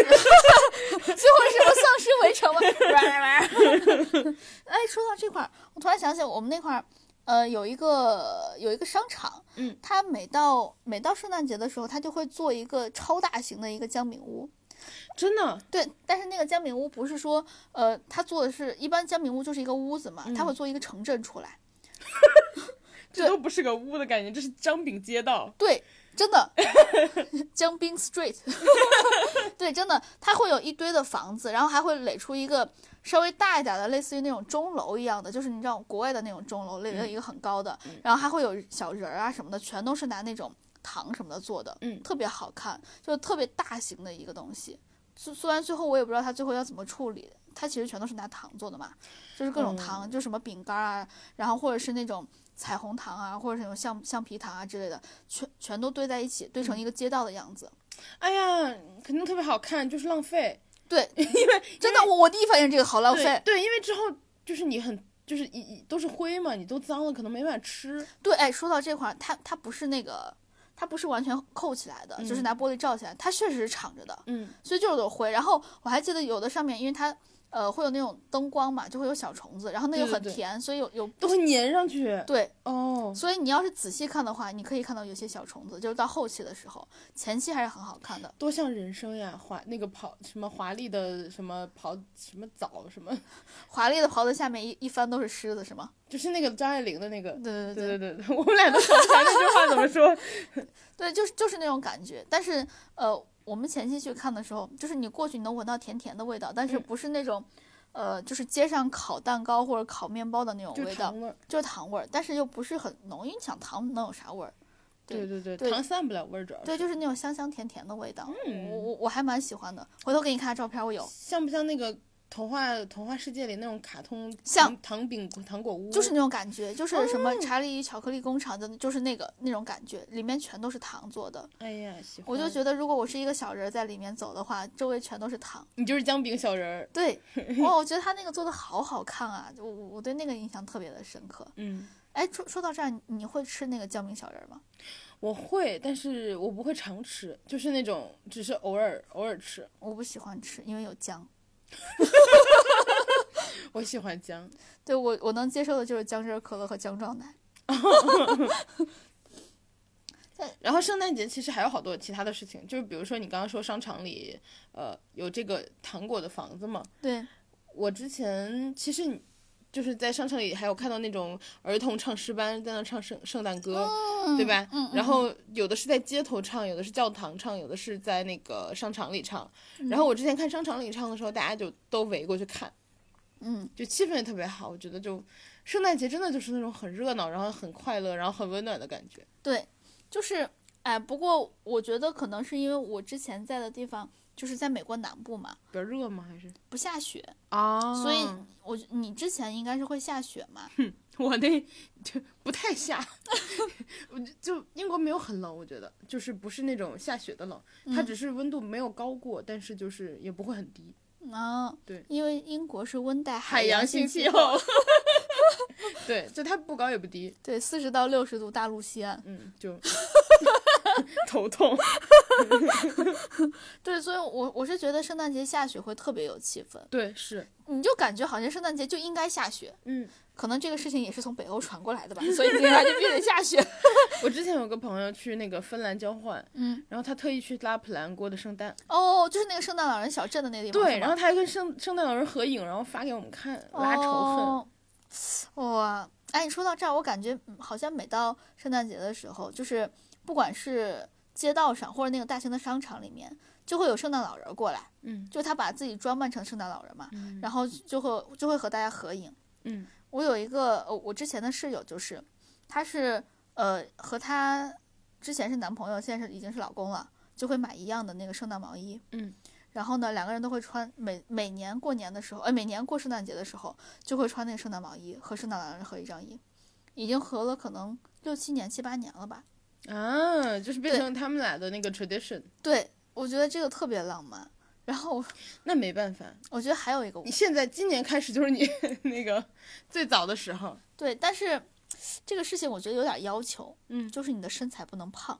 [SPEAKER 2] 最后是什么丧尸围城吗？ 哎，说到这块儿，我突然想起来我们那块儿，呃，有一个有一个商场，
[SPEAKER 3] 嗯，
[SPEAKER 2] 它每到每到圣诞节的时候，它就会做一个超大型的一个姜饼屋。
[SPEAKER 3] 真的，
[SPEAKER 2] 对，但是那个姜饼屋不是说，呃，它做的是一般姜饼屋就是一个屋子嘛，它会做一个城镇出来。
[SPEAKER 3] 这都不是个屋的感觉，这是张饼街道。
[SPEAKER 2] 对，真的， 江滨 Street，对，真的，它会有一堆的房子，然后还会垒出一个稍微大一点的，类似于那种钟楼一样的，就是你知道国外的那种钟楼，垒了一个很高的，然后还会有小人儿啊什么的，全都是拿那种糖什么的做的，
[SPEAKER 3] 嗯
[SPEAKER 2] 特别好看，就是特别大型的一个东西。虽虽然最后我也不知道它最后要怎么处理，它其实全都是拿糖做的嘛，就是各种糖，就什么饼干啊，然后或者是那种彩虹糖啊，或者是那种橡橡皮糖啊之类的，全全都堆在一起，堆成一个街道的样子。
[SPEAKER 3] 哎呀，肯定特别好看，就是浪费。
[SPEAKER 2] 对， 因为真的，我我第一反应是这个好浪
[SPEAKER 3] 对
[SPEAKER 2] 费。
[SPEAKER 3] 对，因为之后就是你很就是一一都是灰嘛，你都脏了，可能没法吃。
[SPEAKER 2] 对，哎，说到这块儿，它它不是那个，它不是完全扣起来的，就是拿玻璃罩起来，它确实是敞着的。
[SPEAKER 3] 嗯，
[SPEAKER 2] 所以就是有灰。然后我还记得有的上面，因为它呃会有那种灯光嘛，就会有小虫子，然后那个
[SPEAKER 3] 对对
[SPEAKER 2] 很
[SPEAKER 3] 对
[SPEAKER 2] 甜，所以有有
[SPEAKER 3] 都会粘上去。
[SPEAKER 2] 对，
[SPEAKER 3] 哦，
[SPEAKER 2] 所以你要是仔细看的话，你可以看到有些小虫子，就是到后期的时候，前期还是很好看的。
[SPEAKER 3] 多像人生呀！华那个跑什么华丽的什么跑什么枣什么，
[SPEAKER 2] 华丽的袍子下面一一翻都是虱子，是吗？
[SPEAKER 3] 就是那个张爱玲的那个。
[SPEAKER 2] 对对对
[SPEAKER 3] 对对嗯对对， 我们俩都想不起来那句话怎么说。
[SPEAKER 2] 对，就是就是那种感觉。但是呃，我们前期去看的时候，就是你过去你能闻到甜甜的味道，但是
[SPEAKER 3] 嗯
[SPEAKER 2] 不是那种。呃，就是街上烤蛋糕或者烤面包的那种
[SPEAKER 3] 就
[SPEAKER 2] 味道
[SPEAKER 3] 糖，味儿。
[SPEAKER 2] 就是糖味儿，但是又不是很浓。因为你想糖能有啥味儿？
[SPEAKER 3] 对对对，
[SPEAKER 2] 对
[SPEAKER 3] 糖散不了味儿，主要
[SPEAKER 2] 对，
[SPEAKER 3] 呃是
[SPEAKER 2] 就是那种香香甜甜的味道。
[SPEAKER 3] 嗯
[SPEAKER 2] 我我我还蛮喜欢的，回头给你看看照片，我有，
[SPEAKER 3] 像不像那个童话童话世界里那种卡通
[SPEAKER 2] 像
[SPEAKER 3] 糖糖饼糖果屋？
[SPEAKER 2] 就是那种感觉，就是什
[SPEAKER 3] 哦
[SPEAKER 2] 么查理与巧克力工厂的，就是那个那种感觉，里面全都是糖做的。
[SPEAKER 3] 哎呀，喜欢
[SPEAKER 2] 我就觉得，如果我是一个小人儿在里面走的话，周围全都是糖。
[SPEAKER 3] 你就是姜饼小人儿。
[SPEAKER 2] 对，哇，我觉得他那个做的好好看啊，就我我对那个印象特别的深刻。
[SPEAKER 3] 嗯，
[SPEAKER 2] 哎，说说到这儿，你你会吃那个姜饼小人儿吗？
[SPEAKER 3] 我会，但是我不会常吃，就是那种只是偶尔偶尔吃。
[SPEAKER 2] 我不喜欢吃，因为有姜。
[SPEAKER 3] 我喜欢姜，
[SPEAKER 2] 对我我能接受的就是姜汁儿可乐和姜撞奶。
[SPEAKER 3] 然后圣诞节其实还有好多其他的事情，就是比如说你刚刚说商场里，呃，有这个糖果的房子嘛。
[SPEAKER 2] 对，
[SPEAKER 3] 我之前其实你就是在商场里还有看到那种儿童唱诗班在那唱圣圣诞歌，
[SPEAKER 2] 哦
[SPEAKER 3] 对吧？
[SPEAKER 2] 嗯
[SPEAKER 3] 然后有的是在街头唱，有的是教堂唱，有的是在那个商场里唱。然后我之前看商场里唱的时候，大家就都围过去看，
[SPEAKER 2] 嗯，
[SPEAKER 3] 就气氛也特别好。我觉得就圣诞节真的就是那种很热闹，然后很快乐，然后很温暖的感觉。
[SPEAKER 2] 对，就是哎，不过我觉得可能是因为我之前在的地方就是在美国南部嘛，
[SPEAKER 3] 比较热吗？还是
[SPEAKER 2] 不下雪，
[SPEAKER 3] 啊
[SPEAKER 2] 所以我你之前应该是会下雪 嘛。
[SPEAKER 3] 我那就不太下， 我就就英国没有很冷，我觉得就是不是那种下雪的冷，
[SPEAKER 2] 嗯
[SPEAKER 3] 它只是温度没有高过，但是就是也不会很低。
[SPEAKER 2] 啊，
[SPEAKER 3] 对
[SPEAKER 2] 因为英国是温带
[SPEAKER 3] 海
[SPEAKER 2] 洋
[SPEAKER 3] 洋性
[SPEAKER 2] 气
[SPEAKER 3] 气候， 对，就它不高也不低，
[SPEAKER 2] 对，四十到六十度大陆西岸。
[SPEAKER 3] 嗯， 就头痛。
[SPEAKER 2] 对，所以我我是觉得圣诞节下雪会特别有气氛，
[SPEAKER 3] 对，是，
[SPEAKER 2] 你就感觉好像圣诞节就应该下雪。
[SPEAKER 3] 嗯，
[SPEAKER 2] 可能这个事情也是从北欧传过来的吧，所以 它就必须得下雪。
[SPEAKER 3] 我之前有个朋友去那个芬兰交换，
[SPEAKER 2] 嗯，
[SPEAKER 3] 然后他特意去拉普兰过的圣诞，
[SPEAKER 2] 哦，就是那个圣诞老人小镇的那个地方。
[SPEAKER 3] 对，
[SPEAKER 2] 是吗
[SPEAKER 3] 然后他还跟圣圣诞老人合影，然后发给我们看，拉仇恨。
[SPEAKER 2] 哦哇，哎，你说到这儿，我感觉嗯好像每到圣诞节的时候，就是不管是街道上或者那个大型的商场里面，就会有圣诞老人过来，
[SPEAKER 3] 嗯
[SPEAKER 2] 就他把自己装扮成圣诞老人嘛，
[SPEAKER 3] 嗯
[SPEAKER 2] 然后就会就会和大家合影。
[SPEAKER 3] 嗯
[SPEAKER 2] 我有一个，呃我之前的室友就是，她是呃和她之前是男朋友，现在是已经是老公了，就会买一样的那个圣诞毛衣。
[SPEAKER 3] 嗯。
[SPEAKER 2] 然后呢，两个人都会穿每每年呃过年的时候，哎，每年过圣诞节的时候就会穿那个圣诞毛衣和圣诞老人合一张影，已经合了可能六七年、七八年了吧。
[SPEAKER 3] 啊，就是变成他们俩的那个 tradition，
[SPEAKER 2] 对，我觉得这个特别浪漫。然后我
[SPEAKER 3] 那没办法，
[SPEAKER 2] 我觉得还有一个我
[SPEAKER 3] 你现在今年开始就是你 那个最早的时候，
[SPEAKER 2] 对，但是这个事情我觉得有点要求，
[SPEAKER 3] 嗯
[SPEAKER 2] 就是你的身材不能胖。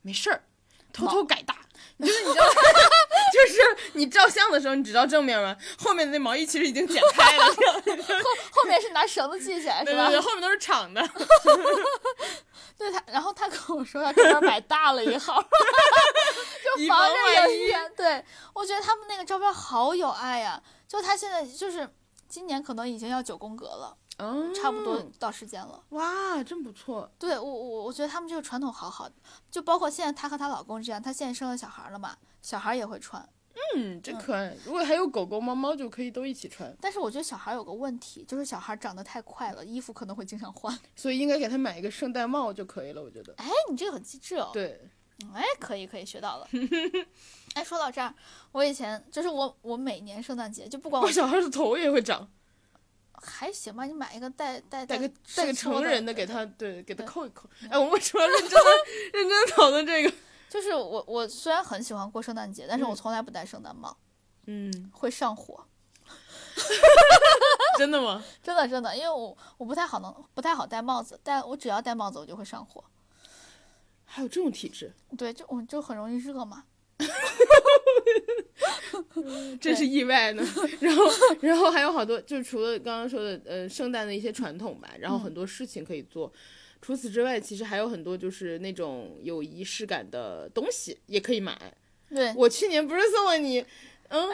[SPEAKER 3] 没事儿，偷偷改大，就是你知道， 就是你照相的时候你只照正面吗？后面的那毛衣其实已经剪 开了，
[SPEAKER 2] 后面是拿绳子系起 来
[SPEAKER 3] 对
[SPEAKER 2] 是
[SPEAKER 3] 对
[SPEAKER 2] 吧？
[SPEAKER 3] 对，后面都 是敞的，
[SPEAKER 2] 对他，然后他跟我说他照片摆大了一号， 就
[SPEAKER 3] 以
[SPEAKER 2] 防
[SPEAKER 3] 防
[SPEAKER 2] 着
[SPEAKER 3] 万
[SPEAKER 2] 有一点。对我觉得他们那个照片好有爱呀、就他现在就是今年可能已经要九宫格了，
[SPEAKER 3] 嗯
[SPEAKER 2] 哦差不多到时间了。
[SPEAKER 3] 哇，真不错，
[SPEAKER 2] 对我我我觉得他们这个传统好好，就包括现在她和她老公这样，她现在生了小孩了嘛，小孩也会穿。
[SPEAKER 3] 嗯，真可爱。如果还有狗狗、猫猫，就可以都一起穿，
[SPEAKER 2] 但是我觉得小孩有个问题，就是小孩长得太快了，衣服可能会经常换。
[SPEAKER 3] 所以应该给它买一个圣诞帽就可以了，我觉得。
[SPEAKER 2] 哎，你这个很机智哦。
[SPEAKER 3] 对，
[SPEAKER 2] 嗯哎，可以可以，学到了。哎，说到这儿，我以前就是我，我每年圣诞节就不管我
[SPEAKER 3] 我小孩的头也会长，
[SPEAKER 2] 还行吧，你买一个带带
[SPEAKER 3] 戴个戴
[SPEAKER 2] 带
[SPEAKER 3] 个
[SPEAKER 2] 戳
[SPEAKER 3] 成人
[SPEAKER 2] 的
[SPEAKER 3] 的，给，他，对，给他
[SPEAKER 2] 对
[SPEAKER 3] 扣一扣。哎，我们为什么要认真的认真的讨论这个？
[SPEAKER 2] 就是我我虽然很喜欢过圣诞节，但是我从来不戴圣诞帽，
[SPEAKER 3] 嗯，
[SPEAKER 2] 会上火，
[SPEAKER 3] 真的吗？
[SPEAKER 2] 真的真的，因为我我不太好能不太好戴帽子，但我只要戴帽子我就会上火，
[SPEAKER 3] 还有这种体质，
[SPEAKER 2] 对，就嗯我就很容易热嘛，
[SPEAKER 3] 嗯真是意外 呢。然后，然后还有好多，就是除了刚刚说的，呃，圣诞的一些传统吧，然后很多事情可以做。除此之外，其实还有很多就是那种有仪式感的东西也可以买。
[SPEAKER 2] 对，
[SPEAKER 3] 我去年不是送了你，嗯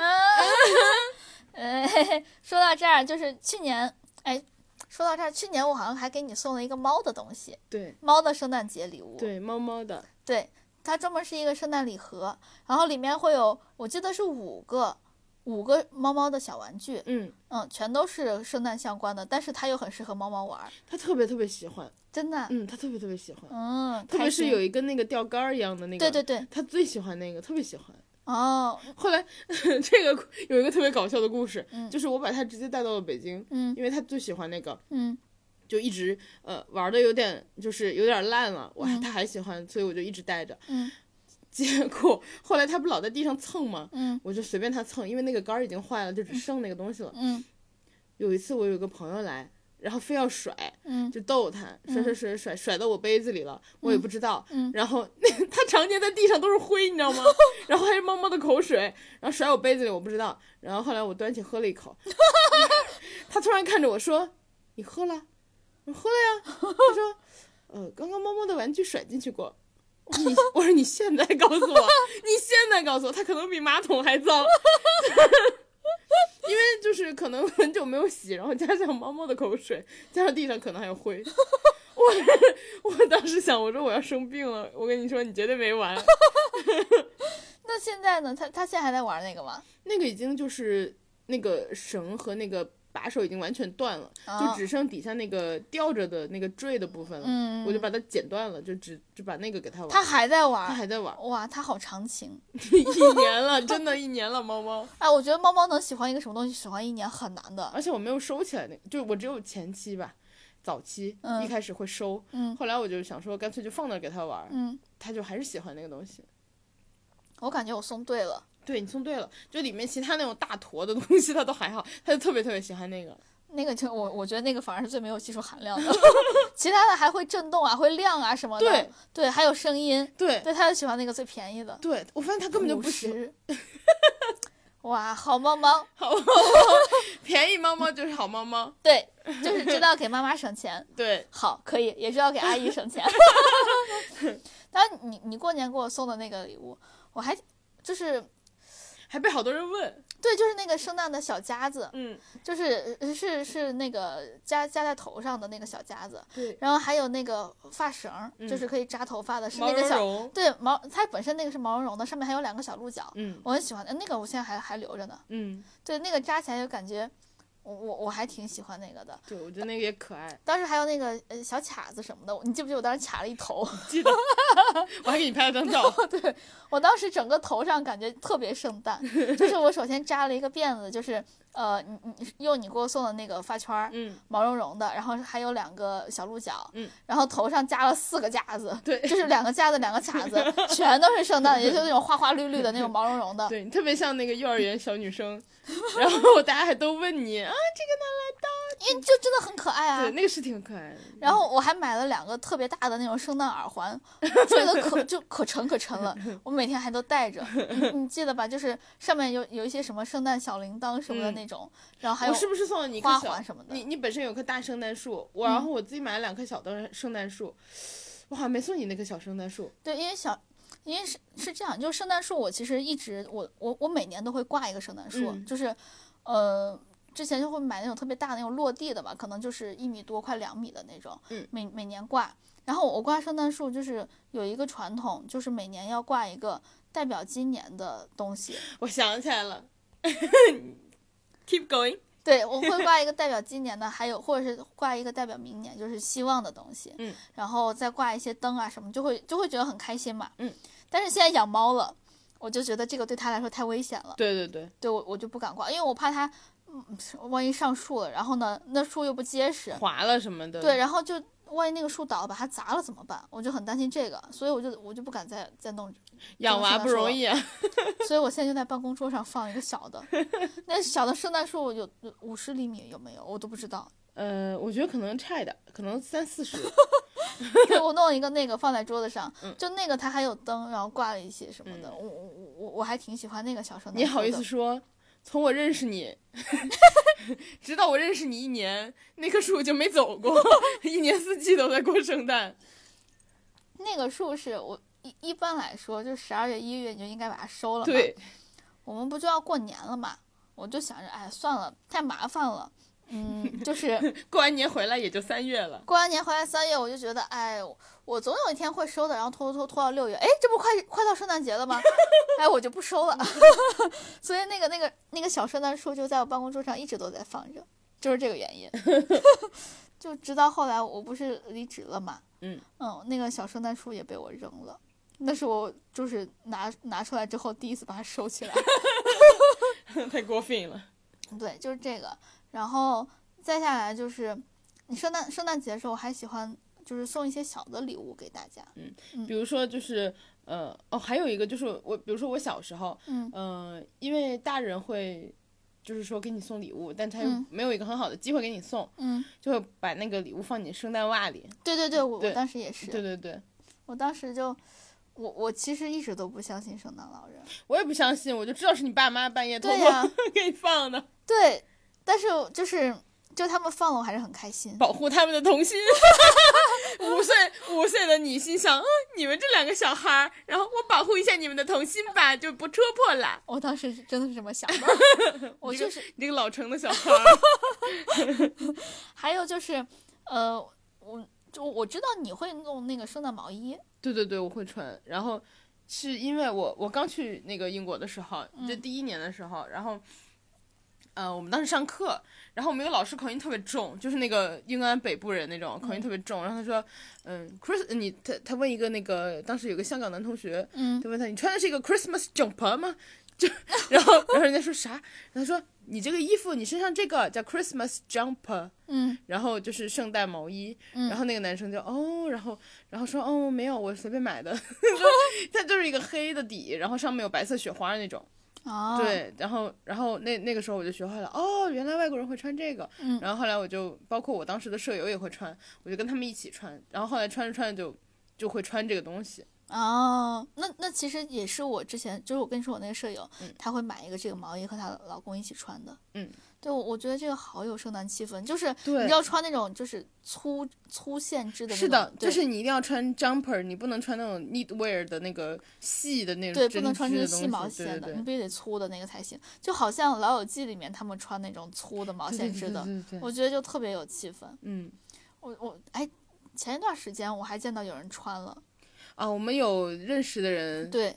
[SPEAKER 2] 哎， 嘿嘿说到这儿就是去年，哎，说到这儿，去年我好像还给你送了一个猫的东西，
[SPEAKER 3] 对
[SPEAKER 2] 猫的圣诞节礼物，
[SPEAKER 3] 对，猫猫的，
[SPEAKER 2] 对，它专门是一个圣诞礼盒，然后里面会有，我记得是五个，五个猫猫的小玩具，
[SPEAKER 3] 嗯，
[SPEAKER 2] 嗯，全都是圣诞相关的，但是它又很适合猫猫玩儿，
[SPEAKER 3] 他特别特别喜欢，
[SPEAKER 2] 真的，
[SPEAKER 3] 嗯，他特别特别喜欢，
[SPEAKER 2] 嗯，
[SPEAKER 3] 特别
[SPEAKER 2] 开
[SPEAKER 3] 是
[SPEAKER 2] 心
[SPEAKER 3] 有，一个那个钓竿儿一样的那个，
[SPEAKER 2] 对对对，
[SPEAKER 3] 他最喜欢那个，特别喜欢。
[SPEAKER 2] 哦，
[SPEAKER 3] 后来 这个有一个特别搞笑的故事，
[SPEAKER 2] 嗯
[SPEAKER 3] 就是我把他直接带到了北京，
[SPEAKER 2] 嗯
[SPEAKER 3] 因为他最喜欢那个，
[SPEAKER 2] 嗯
[SPEAKER 3] 就一直呃玩的有点就是有点烂了，我还、
[SPEAKER 2] 嗯
[SPEAKER 3] 他还喜欢，所以我就一直带着。
[SPEAKER 2] 嗯
[SPEAKER 3] 结果后来他不老在地上蹭吗？
[SPEAKER 2] 嗯
[SPEAKER 3] 我就随便他蹭，因为那个杆儿已经坏了，就只剩那个东西了。
[SPEAKER 2] 嗯
[SPEAKER 3] 有一次我有一个朋友来，然后非要甩，
[SPEAKER 2] 嗯，
[SPEAKER 3] 就逗他，甩甩甩甩甩到我杯子里了，我也不知道。
[SPEAKER 2] 嗯
[SPEAKER 3] 然后 他常年在地上都是灰，你知道 吗？然后还是猫猫的口水，然后甩我杯子里，我不知道。然后后来我端起喝了 一口，他突然看着我说：“你喝了？”我说：“喝了呀。”他说：“呃，刚刚猫猫的玩具甩进去过。”你 我说你现在告诉我，你现在告诉我，它可能比马桶还脏， 因为就是可能很久没有洗，然后加上猫猫的口水，加上地上可能还有灰。 我我当时想，我说我要生病了，我跟你说，你绝对没完。
[SPEAKER 2] 那现在呢？它它现在还在玩那个吗？
[SPEAKER 3] 那个已经就是那个绳和那个把手已经完全断了，
[SPEAKER 2] 哦
[SPEAKER 3] 就只剩底下那个吊着的那个坠的部分了。
[SPEAKER 2] 嗯
[SPEAKER 3] 我就把它剪断了，就只就把那个给它玩。
[SPEAKER 2] 它哦还在玩
[SPEAKER 3] 它
[SPEAKER 2] 儿，
[SPEAKER 3] 还在玩，
[SPEAKER 2] 哇，它好长情。
[SPEAKER 3] 一年了，真的，一年了，猫猫。
[SPEAKER 2] 哎，我觉得猫猫能喜欢一个什么东西，喜欢一年很难的。
[SPEAKER 3] 而且我没有收起来那个，就我只有前期吧，早期、
[SPEAKER 2] 嗯
[SPEAKER 3] 一开始会收，
[SPEAKER 2] 嗯
[SPEAKER 3] 后来我就想说干脆就放那儿给他玩儿，
[SPEAKER 2] 嗯，
[SPEAKER 3] 他就还是喜欢那个东西。
[SPEAKER 2] 我感觉我送对了。
[SPEAKER 3] 对你送对了，就里面其他那种大坨的东西他都还好，他就特别特别喜欢那个。
[SPEAKER 2] 那个就我我觉得那个反而是最没有技术含量的， 其他的还会震动啊，会亮啊什么的。
[SPEAKER 3] 对
[SPEAKER 2] 对还有声音。
[SPEAKER 3] 对
[SPEAKER 2] 对，他就喜欢那个最便宜的，
[SPEAKER 3] 对，我发现他根本就不喜欢
[SPEAKER 2] 50。哇，好猫猫，
[SPEAKER 3] 便宜猫猫就是好猫猫。
[SPEAKER 2] 对，就是知道给妈妈省钱，
[SPEAKER 3] 对，
[SPEAKER 2] 好，可以，也知道给阿姨 省钱。当然，你你过年给我送的那个礼物，我还就是
[SPEAKER 3] 还被好多人问。
[SPEAKER 2] 对，就是那个圣诞的小夹子，
[SPEAKER 3] 嗯，
[SPEAKER 2] 就是是是那个夹夹在头上的那个小夹子，
[SPEAKER 3] 对，
[SPEAKER 2] 然后还有那个发绳儿，
[SPEAKER 3] 嗯
[SPEAKER 2] 就是可以扎头发的，是
[SPEAKER 3] 毛
[SPEAKER 2] 那个
[SPEAKER 3] 茸
[SPEAKER 2] 小
[SPEAKER 3] 茸。
[SPEAKER 2] 对毛，它本身那个是毛茸茸的，上面还有两个小鹿角，
[SPEAKER 3] 嗯
[SPEAKER 2] 我很喜欢的那个，我现在还还留着呢。
[SPEAKER 3] 嗯，
[SPEAKER 2] 对，那个扎起来就感觉，我我我还挺喜欢那个的。
[SPEAKER 3] 对，我觉得那个也可爱。
[SPEAKER 2] 当时还有那个呃小卡子什么的，你记不记得我当时卡了一头？
[SPEAKER 3] 记得 我还给你拍了张照。
[SPEAKER 2] 对我当时整个头上感觉特别圣 诞，就是我首先扎了一个辫子，就是呃，你你用你给我送的那个发圈儿，
[SPEAKER 3] 嗯，
[SPEAKER 2] 毛茸茸的，然后还有两个小鹿角，
[SPEAKER 3] 嗯，
[SPEAKER 2] 然后头上加了四个夹子，
[SPEAKER 3] 对
[SPEAKER 2] 就是两个夹子，两个卡子，全都是圣诞，也就是那种花花绿绿的那种毛茸茸的，
[SPEAKER 3] 对你特别像那个幼儿园小女生， 然后大家还都问你啊，
[SPEAKER 2] 因为就真的很可爱啊
[SPEAKER 3] 对，。那个是挺可爱的。
[SPEAKER 2] 然后我还买了两个特别大的那种圣诞耳环，坠的可就可沉可沉 了，我每天还都戴着。你你记得吧？就是上面有有一些什么圣诞小铃铛什么的
[SPEAKER 3] 嗯
[SPEAKER 2] 那种，然后还有
[SPEAKER 3] 我是不是送了你一棵
[SPEAKER 2] 花
[SPEAKER 3] 小
[SPEAKER 2] 环什么的
[SPEAKER 3] 你你本身有棵大圣诞树，我然后我自己买了两棵小的圣诞树，我好像没送你那棵小圣诞树。
[SPEAKER 2] 对，因为小，因为是是这样，就是圣诞树，我其实一直我我我每年都会挂一个圣诞树，
[SPEAKER 3] 嗯
[SPEAKER 2] 就是，呃，之前就会买那种特别大的那种落地的吧，可能就是一米多快两米的那种，
[SPEAKER 3] 嗯
[SPEAKER 2] 每每年挂。然后我挂圣诞树就是有一个传统，就是每年要挂一个代表今年的东西。
[SPEAKER 3] 我想起来了 ，keep going。
[SPEAKER 2] 对，我会挂一个代表今年的，还有或者是挂一个代表明年，就是希望的东西。
[SPEAKER 3] 嗯，
[SPEAKER 2] 然后再挂一些灯啊什么，就会就会觉得很开心嘛。
[SPEAKER 3] 嗯，
[SPEAKER 2] 但是现在养猫了，我就觉得这个对它来说太危险了，
[SPEAKER 3] 对对对，
[SPEAKER 2] 对我我就不敢挂，因为我怕它，嗯，万一上树了，然后呢，那树又不结实，
[SPEAKER 3] 划了什么的。
[SPEAKER 2] 对，，然后就万一那个树倒了把它砸了怎么办？我就很担心这个，所以我就我就不敢再再弄
[SPEAKER 3] 养娃不容易啊。
[SPEAKER 2] 所以我现在就在办公桌上放一个小的， 那小的圣诞树有五十厘米有没有？我都不知道。
[SPEAKER 3] 呃，我觉得可能差一点，可能三四 十。
[SPEAKER 2] 对，我弄了一个那个放在桌子上
[SPEAKER 3] 嗯，
[SPEAKER 2] 就那个它还有灯，然后挂了一些什么的，我我我我我还挺喜欢那个小圣诞树的。
[SPEAKER 3] 你好意思说，从我认识你， 直到我认识你一年，那棵树就没走过， 一年四季都在过圣诞。
[SPEAKER 2] 那个树是我一一般来说就十二月一月你就应该把它收了。
[SPEAKER 3] 对，，
[SPEAKER 2] 我们不就要过年了嘛，我就想着，哎，算了，太麻烦了。嗯，就是
[SPEAKER 3] 过完年回来也就三月了。
[SPEAKER 2] 过完年回来三月，我就觉得，哎，我我总有一天会收的，然后拖拖拖拖到六月，哎，这不快快到圣诞节了吗？哎，我就不收了。所以那个那个那个小圣诞树就在我办公桌上一直都在放着，就是这个原因。就直到后来我不是离职了嘛，
[SPEAKER 3] 嗯
[SPEAKER 2] 那个小圣诞树也被我扔了。那是我就是拿拿出来之后第一次把它收起来，
[SPEAKER 3] 太过分了。
[SPEAKER 2] 对，就是这个。然后再下来就是，你圣诞圣诞节的时候还喜欢就是送一些小的礼物给大家，
[SPEAKER 3] 比如说就是呃哦，还有一个就是我，比如说我小时候，
[SPEAKER 2] 嗯
[SPEAKER 3] 呃，因为大人会。就是说给你送礼物，但他又
[SPEAKER 2] 嗯
[SPEAKER 3] 没有一个很好的机会给你送，
[SPEAKER 2] 嗯，
[SPEAKER 3] 就会把那个礼物放你圣诞袜里。
[SPEAKER 2] 对对对，我
[SPEAKER 3] 对
[SPEAKER 2] 我当时也是，
[SPEAKER 3] 对对对，
[SPEAKER 2] 我当时就，我我其实一直都不相信圣诞老 人，
[SPEAKER 3] 我也不相信，我就知道是你爸妈半夜偷
[SPEAKER 2] 对
[SPEAKER 3] 偷、
[SPEAKER 2] 呀、
[SPEAKER 3] 给你放的，
[SPEAKER 2] 对，但是就是就他们放了，我还是很开心。
[SPEAKER 3] 保护他们的 童心。五岁五岁的你心想，嗯，你们这两个小孩儿，然后我保护一下你们的童心吧，就不戳破啦。
[SPEAKER 2] 我当时是真的是这么想的， 我
[SPEAKER 3] 这
[SPEAKER 2] 确
[SPEAKER 3] 个
[SPEAKER 2] 实，
[SPEAKER 3] 你这个老成的小孩儿，
[SPEAKER 2] 还有就是，呃，我就我知道你会弄那个圣诞毛衣，
[SPEAKER 3] 对对对，我会穿。然后是因为我我刚去那个英国的时候，就第一年的时候，然后。呃，我们当时上课，然后我们有个老师口音特别重，就是那个英格兰北部人那种口音特别重。然后他说，嗯，Chris，你他他问一个那个当时有个香港男同学，
[SPEAKER 2] 嗯，
[SPEAKER 3] 就问他你穿的是一个 Christmas jumper 吗？就然后然后人家说啥？然后他说你这个衣服，你身上这个叫 Christmas jumper，
[SPEAKER 2] 嗯，
[SPEAKER 3] 然后就是圣诞毛衣。
[SPEAKER 2] 嗯
[SPEAKER 3] 然后那个男生就哦，然后然后说哦没有，我随 便买的，就它就是一个黑的底，然后上面有白色雪花那种。
[SPEAKER 2] 啊，，
[SPEAKER 3] 对，然后然后那那个时候我就学会了，哦，原来外国人会穿这个。
[SPEAKER 2] 嗯
[SPEAKER 3] 然后后来我就包括我当时的舍友也会穿，我就跟他们一起穿。然后后来穿着穿着就就会穿这个东西。
[SPEAKER 2] 哦，那那其实也是我之前，就是我跟你说我那个舍友，
[SPEAKER 3] 嗯
[SPEAKER 2] 她会买一个这个毛衣和她老公一起穿的。
[SPEAKER 3] 嗯，
[SPEAKER 2] 对，我我觉得这个好有圣诞气氛，就是
[SPEAKER 3] 对
[SPEAKER 2] 你要穿那种就是粗粗线织的那种，
[SPEAKER 3] 是的，
[SPEAKER 2] 对
[SPEAKER 3] 就是你一定要穿 jumper，你不能穿那种 knit wear 的那个细的那种
[SPEAKER 2] 对，
[SPEAKER 3] 针
[SPEAKER 2] 不能穿
[SPEAKER 3] 织
[SPEAKER 2] 成
[SPEAKER 3] 的
[SPEAKER 2] 细毛
[SPEAKER 3] 东西
[SPEAKER 2] 线的，
[SPEAKER 3] 对对
[SPEAKER 2] 你
[SPEAKER 3] 对
[SPEAKER 2] 必须得粗的那个才行。就好像《老友记》里面他们穿那种粗的毛
[SPEAKER 3] 对
[SPEAKER 2] 线
[SPEAKER 3] 对
[SPEAKER 2] 织
[SPEAKER 3] 对
[SPEAKER 2] 的，
[SPEAKER 3] 对对对
[SPEAKER 2] 我觉得就特别有气氛。
[SPEAKER 3] 嗯
[SPEAKER 2] 我我哎，前一段时间我还见到有人穿了，
[SPEAKER 3] 啊，我们有认识的人
[SPEAKER 2] 对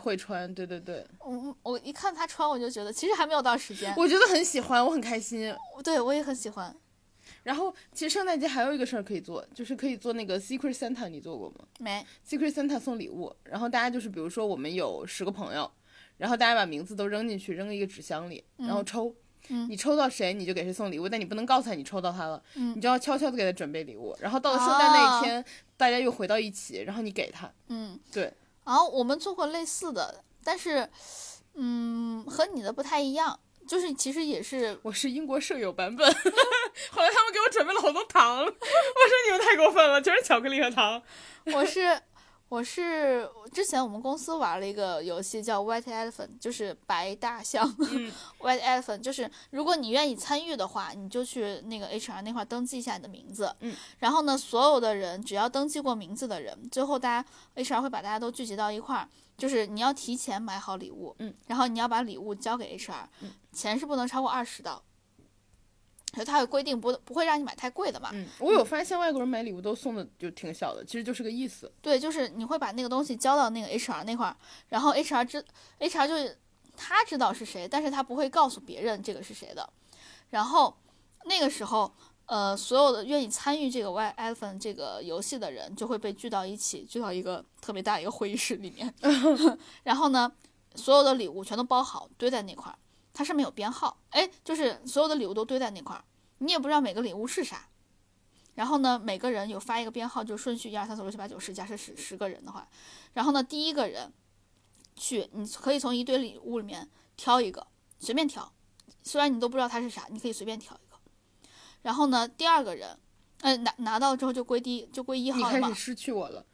[SPEAKER 3] 会穿，对对对，
[SPEAKER 2] 我我一看他穿，我就觉得其实还没有到时间，
[SPEAKER 3] 我觉得很喜欢，我很开心。
[SPEAKER 2] 对我也很喜欢。
[SPEAKER 3] 然后其实圣诞节还有一个事儿可以做，就是可以做那个 Secret Santa，你做过吗
[SPEAKER 2] 没，
[SPEAKER 3] ？Secret Santa 送礼物，然后大家就是比如说我们有十个朋友，然后大家把名字都扔进去，扔一个纸箱里，然后抽。
[SPEAKER 2] 嗯
[SPEAKER 3] 你抽到谁，你就给谁送礼物，但你不能告诉他你抽到他了，
[SPEAKER 2] 嗯哦
[SPEAKER 3] 你就要悄悄的给他准备礼物。然后到了圣诞那一天，大家又回到一起，然后你给他。
[SPEAKER 2] 嗯，
[SPEAKER 3] 对。
[SPEAKER 2] 然后我们做过类似的，但是，嗯，和你的不太一样，就是其实也是
[SPEAKER 3] 我是英国舍友版本， 后来他们给我准备了好多糖， 我说你们太过分了，全是巧克力和糖。
[SPEAKER 2] 我是我是之前我们公司玩了一个游戏叫 White Elephant，就是白大象。White
[SPEAKER 3] 嗯
[SPEAKER 2] Elephant 就是如果你愿意参与的话，你就去那个 HR 那块儿登记一下你的名字。
[SPEAKER 3] 嗯。
[SPEAKER 2] 然后呢，所有的人只要登记过名字的人，最后大家 HR 会把大家都聚集到一块儿。就是你要提前买好礼物，
[SPEAKER 3] 嗯，
[SPEAKER 2] 然后你要把礼物交给 HR，、
[SPEAKER 3] 嗯
[SPEAKER 2] 钱是不能超过二十的，就他会规定不不会让你买太贵的嘛，
[SPEAKER 3] 嗯，我有发现外国人买礼物都送的就挺小的，其实就是个意思。
[SPEAKER 2] 对，就是你会把那个东西交到那个 HR 那块儿，然后 HR 知 HR 就是他知道是谁，但是他不会告诉别人这个是谁的。然后那个时候，呃，所有的愿意参与这个 Y Elephant 这个游戏的人就会被聚到一起，聚到一个特别大一个会议室里面。然后呢，所有的礼物全都包好堆在那块儿，它上面有编号，哎，就是所有的礼物都堆在那块儿，你也不知道每个礼物是啥。然后呢，每个人有发一个编号，就顺序一二三四五六七八九十，假设十十个人的话，然后呢，第一个人去，你可以从一堆礼物里面挑一个，随便挑，虽然你都不知道它是啥，你可以随便挑一个。然后呢，第二个人，呃，拿拿到之后就归第就归一
[SPEAKER 3] 你
[SPEAKER 2] 号了
[SPEAKER 3] 开
[SPEAKER 2] 嘛
[SPEAKER 3] 始，失去我 了，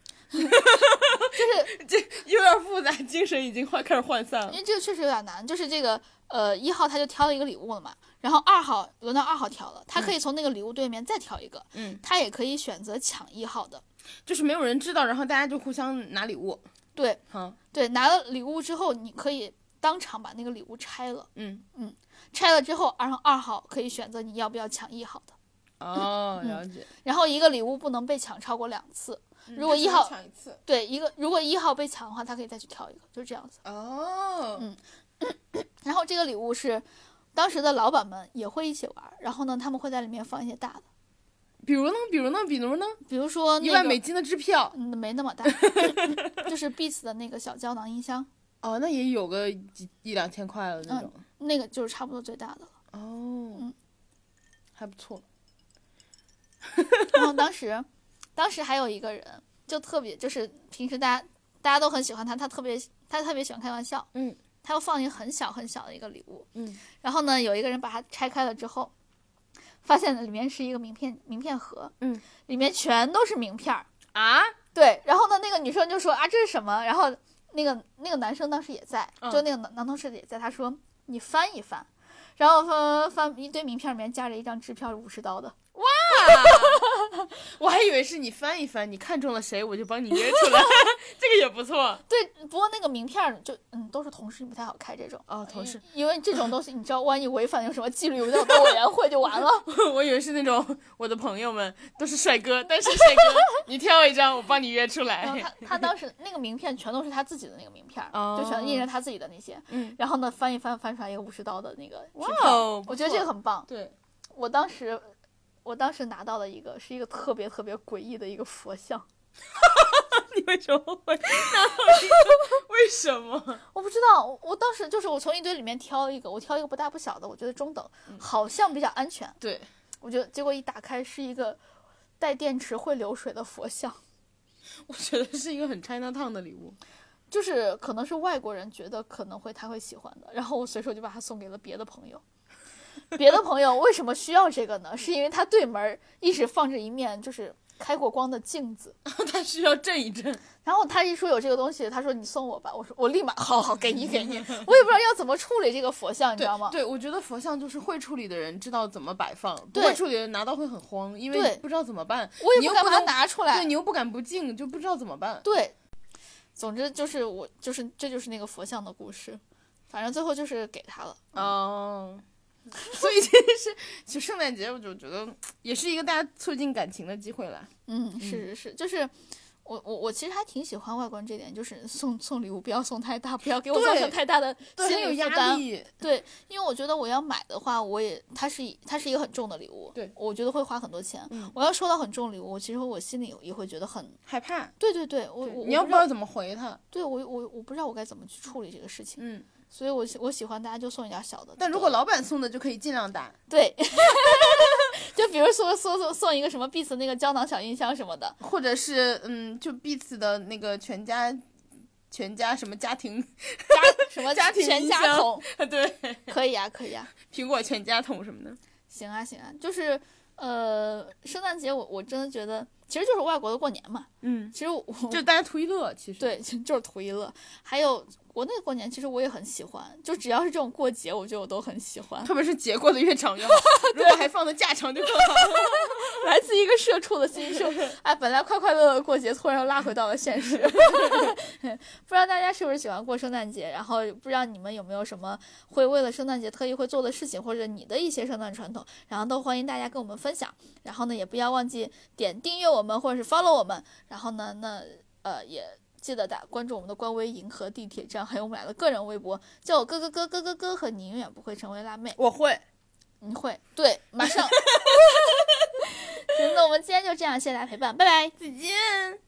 [SPEAKER 2] 就是
[SPEAKER 3] 有点复杂，精神已经快开始涣散了
[SPEAKER 2] 因。为这个确实有点难，就是这个呃一号他就挑了一个礼物了嘛，然后二号轮到二号挑了，他可以从那个礼物对面再挑一个，
[SPEAKER 3] 嗯，
[SPEAKER 2] 他也可以选择抢一号的，
[SPEAKER 3] 就是没有人知道，然后大家就互相拿礼物。
[SPEAKER 2] 对
[SPEAKER 3] 好，
[SPEAKER 2] 对，拿了礼物之后你可以当场把那个礼物拆了，
[SPEAKER 3] 嗯，
[SPEAKER 2] 拆了之后，然后二号可以选择你要不要抢一号的，
[SPEAKER 3] 哦，
[SPEAKER 2] 嗯
[SPEAKER 3] 了解。
[SPEAKER 2] 然后一个礼物不能被抢超过两次，如果
[SPEAKER 3] 嗯他只
[SPEAKER 2] 一号
[SPEAKER 3] 能抢一次，
[SPEAKER 2] 对，一个如果一号被抢的话，他可以再去挑一个，就是这样子。
[SPEAKER 3] 哦，
[SPEAKER 2] 然后这个礼物是当时的老板们也会一起玩儿，然后呢他们会在里面放一些大的，
[SPEAKER 3] 比如呢，比如呢，比如呢，
[SPEAKER 2] 比如说
[SPEAKER 3] 一
[SPEAKER 2] 那
[SPEAKER 3] 万
[SPEAKER 2] 个
[SPEAKER 3] 美金的支票。
[SPEAKER 2] 嗯，没那么 大，就是 Beats 的那个小胶囊音箱，
[SPEAKER 3] 哦，那也有个几一两千块了那种。
[SPEAKER 2] 那个就是差不多最大的了。
[SPEAKER 3] 哦
[SPEAKER 2] 嗯，
[SPEAKER 3] 还不错。
[SPEAKER 2] 然后当时，当时还有一个人就特别，就是平时大家大家都很喜欢他，他特别他特别喜欢开玩笑，
[SPEAKER 3] 嗯，
[SPEAKER 2] 他又放一个很小很小的一个礼物，
[SPEAKER 3] 嗯，
[SPEAKER 2] 然后呢，有一个人把它拆开了之后，发现里面是一个名片名片盒，
[SPEAKER 3] 嗯，
[SPEAKER 2] 里面全都是名片儿，
[SPEAKER 3] 啊，
[SPEAKER 2] 对，然后呢，那个女生就说啊，这是什么？然后那个那个男生当时也在，
[SPEAKER 3] 嗯
[SPEAKER 2] 就那个男男同事也在，他说你翻一翻，然后翻翻翻一堆名片，里面夹着一张支票，五十刀的。
[SPEAKER 3] 我还以为是你翻一翻，你看中了谁，我就帮你 约出来，这个也不错。
[SPEAKER 2] 对，不过那个名片儿就嗯都是同事，不太好开这种。
[SPEAKER 3] 哦，同事，
[SPEAKER 2] 因为这种东西，你知道，万一违反有什么纪律，我们到委员会就 完了。
[SPEAKER 3] 我以为是那种我的朋友们都是帅哥，但是帅 哥，你挑一张，我帮你约出
[SPEAKER 2] 然后
[SPEAKER 3] 来。
[SPEAKER 2] 他他当时那个名片全都是他自己的那个名片儿，就全印着他自己的那些。
[SPEAKER 3] 哦嗯
[SPEAKER 2] 然后呢，翻一翻，翻出来一个五十刀的那个支
[SPEAKER 3] 哇
[SPEAKER 2] 票，
[SPEAKER 3] 哦，
[SPEAKER 2] 我觉得这个很棒。
[SPEAKER 3] 对，
[SPEAKER 2] 我当时，我当时拿到了一个是一个特别特别诡异的一个佛像，
[SPEAKER 3] 你为什么 会？为什么？
[SPEAKER 2] 我不知道，我我当时就是我从一堆里面挑一个，我挑一个不大不小的，我觉得中等，好像比较安全。
[SPEAKER 3] 对，
[SPEAKER 2] 我觉得结果一打开是一个带电池会流水的佛像，
[SPEAKER 3] 我觉得是一个很 China Town 的礼物。
[SPEAKER 2] 就是可能是外国人觉得可能会他会喜欢的，然后我随手就把它送给了别的朋友。别的朋友为什么需要这个呢？是因为他对门儿一直放着一面就是开过光的镜子，
[SPEAKER 3] 他需要震一震。
[SPEAKER 2] 然后他一说有这个东西，他说你送我吧，我说我立马好好给你给 你，我也不知道要怎么处理这个佛像，你知道吗？
[SPEAKER 3] 对，我觉得佛像就是会处理的人知道怎么摆放，不
[SPEAKER 2] 对
[SPEAKER 3] 会处理的人拿到会很慌，因为
[SPEAKER 2] 对
[SPEAKER 3] 不知道怎么办。
[SPEAKER 2] 我也
[SPEAKER 3] 你又
[SPEAKER 2] 不敢
[SPEAKER 3] 不
[SPEAKER 2] 把它
[SPEAKER 3] 能
[SPEAKER 2] 拿出
[SPEAKER 3] 对
[SPEAKER 2] 来。
[SPEAKER 3] 你又不敢不敬，就不知道怎么办。
[SPEAKER 2] 对，总之就是我就是这就是那个佛像的故事，反正最后就是给他了。
[SPEAKER 3] 哦， 所以这是就圣诞节，我就觉得也是一个大家促进感情的机会啦。
[SPEAKER 2] 嗯，是是是，就是我我我其实还挺喜欢外观这点，就是送送礼物不要送太大，不要给我造成太大的
[SPEAKER 3] 对，
[SPEAKER 2] 心
[SPEAKER 3] 很有
[SPEAKER 2] 理负
[SPEAKER 3] 压
[SPEAKER 2] 担。
[SPEAKER 3] 力。
[SPEAKER 2] 对，因为我觉得我要买的话，我也它是一它是一个很重的礼物，
[SPEAKER 3] 对
[SPEAKER 2] 我觉得会花很多钱。
[SPEAKER 3] 嗯
[SPEAKER 2] 我要收到很重的礼物，我其实我心里也会觉得很，
[SPEAKER 3] 害怕，
[SPEAKER 2] 对对对，我我
[SPEAKER 3] 你要
[SPEAKER 2] 我
[SPEAKER 3] 不
[SPEAKER 2] 不
[SPEAKER 3] 知道怎么回他。
[SPEAKER 2] 对我我我不知道我该怎么去处理这个事情，
[SPEAKER 3] 嗯，
[SPEAKER 2] 所以我喜我喜欢大家就送一点小的。
[SPEAKER 3] 但如
[SPEAKER 2] 对
[SPEAKER 3] 果老板送的就可以尽量打，
[SPEAKER 2] 对， 就比如说送送送一个什么 Beats 那个胶囊小音箱什么的，
[SPEAKER 3] 或者是嗯，就 Beats 的那个全家全家什么家庭，
[SPEAKER 2] 家什么
[SPEAKER 3] 家庭
[SPEAKER 2] 全
[SPEAKER 3] 音
[SPEAKER 2] 家
[SPEAKER 3] 箱
[SPEAKER 2] 桶，
[SPEAKER 3] 对，
[SPEAKER 2] 可以啊，可以啊，
[SPEAKER 3] 苹果全家桶什么的。
[SPEAKER 2] 行啊，行啊，就是呃，圣诞节我我真的觉得，其实就是外国的过年嘛，
[SPEAKER 3] 嗯，
[SPEAKER 2] 其实我
[SPEAKER 3] 就大家图一乐，其实。
[SPEAKER 2] 对，就是图一乐。还有国内过年，其实我也很喜欢，就只要是这种过节，我觉得我都很喜欢。
[SPEAKER 3] 特别是节过得越长越好，如果还放的假长就更好。
[SPEAKER 2] 来自一个社畜的心 声，哎，本来快快乐乐的过节，突然又拉回到了现 实。不知道大家是不是喜欢过圣诞节？然后不知道你们有没有什么会为了圣诞节特意会做的事情，或者你的一些圣诞传统，然后都欢迎大家跟我们分享。然后呢，也不要忘记点订阅我们或者是 follow 我们。然后呢，那呃也。记得打关注我们的官微“银河地铁站”，还有我们俩的个人微博，叫我哥哥哥哥哥哥和你永远不会成为辣妹。
[SPEAKER 3] 我会，
[SPEAKER 2] 你嗯会对，马上。行，那我们今天就这样，谢谢大家陪伴，拜拜。
[SPEAKER 3] 再见。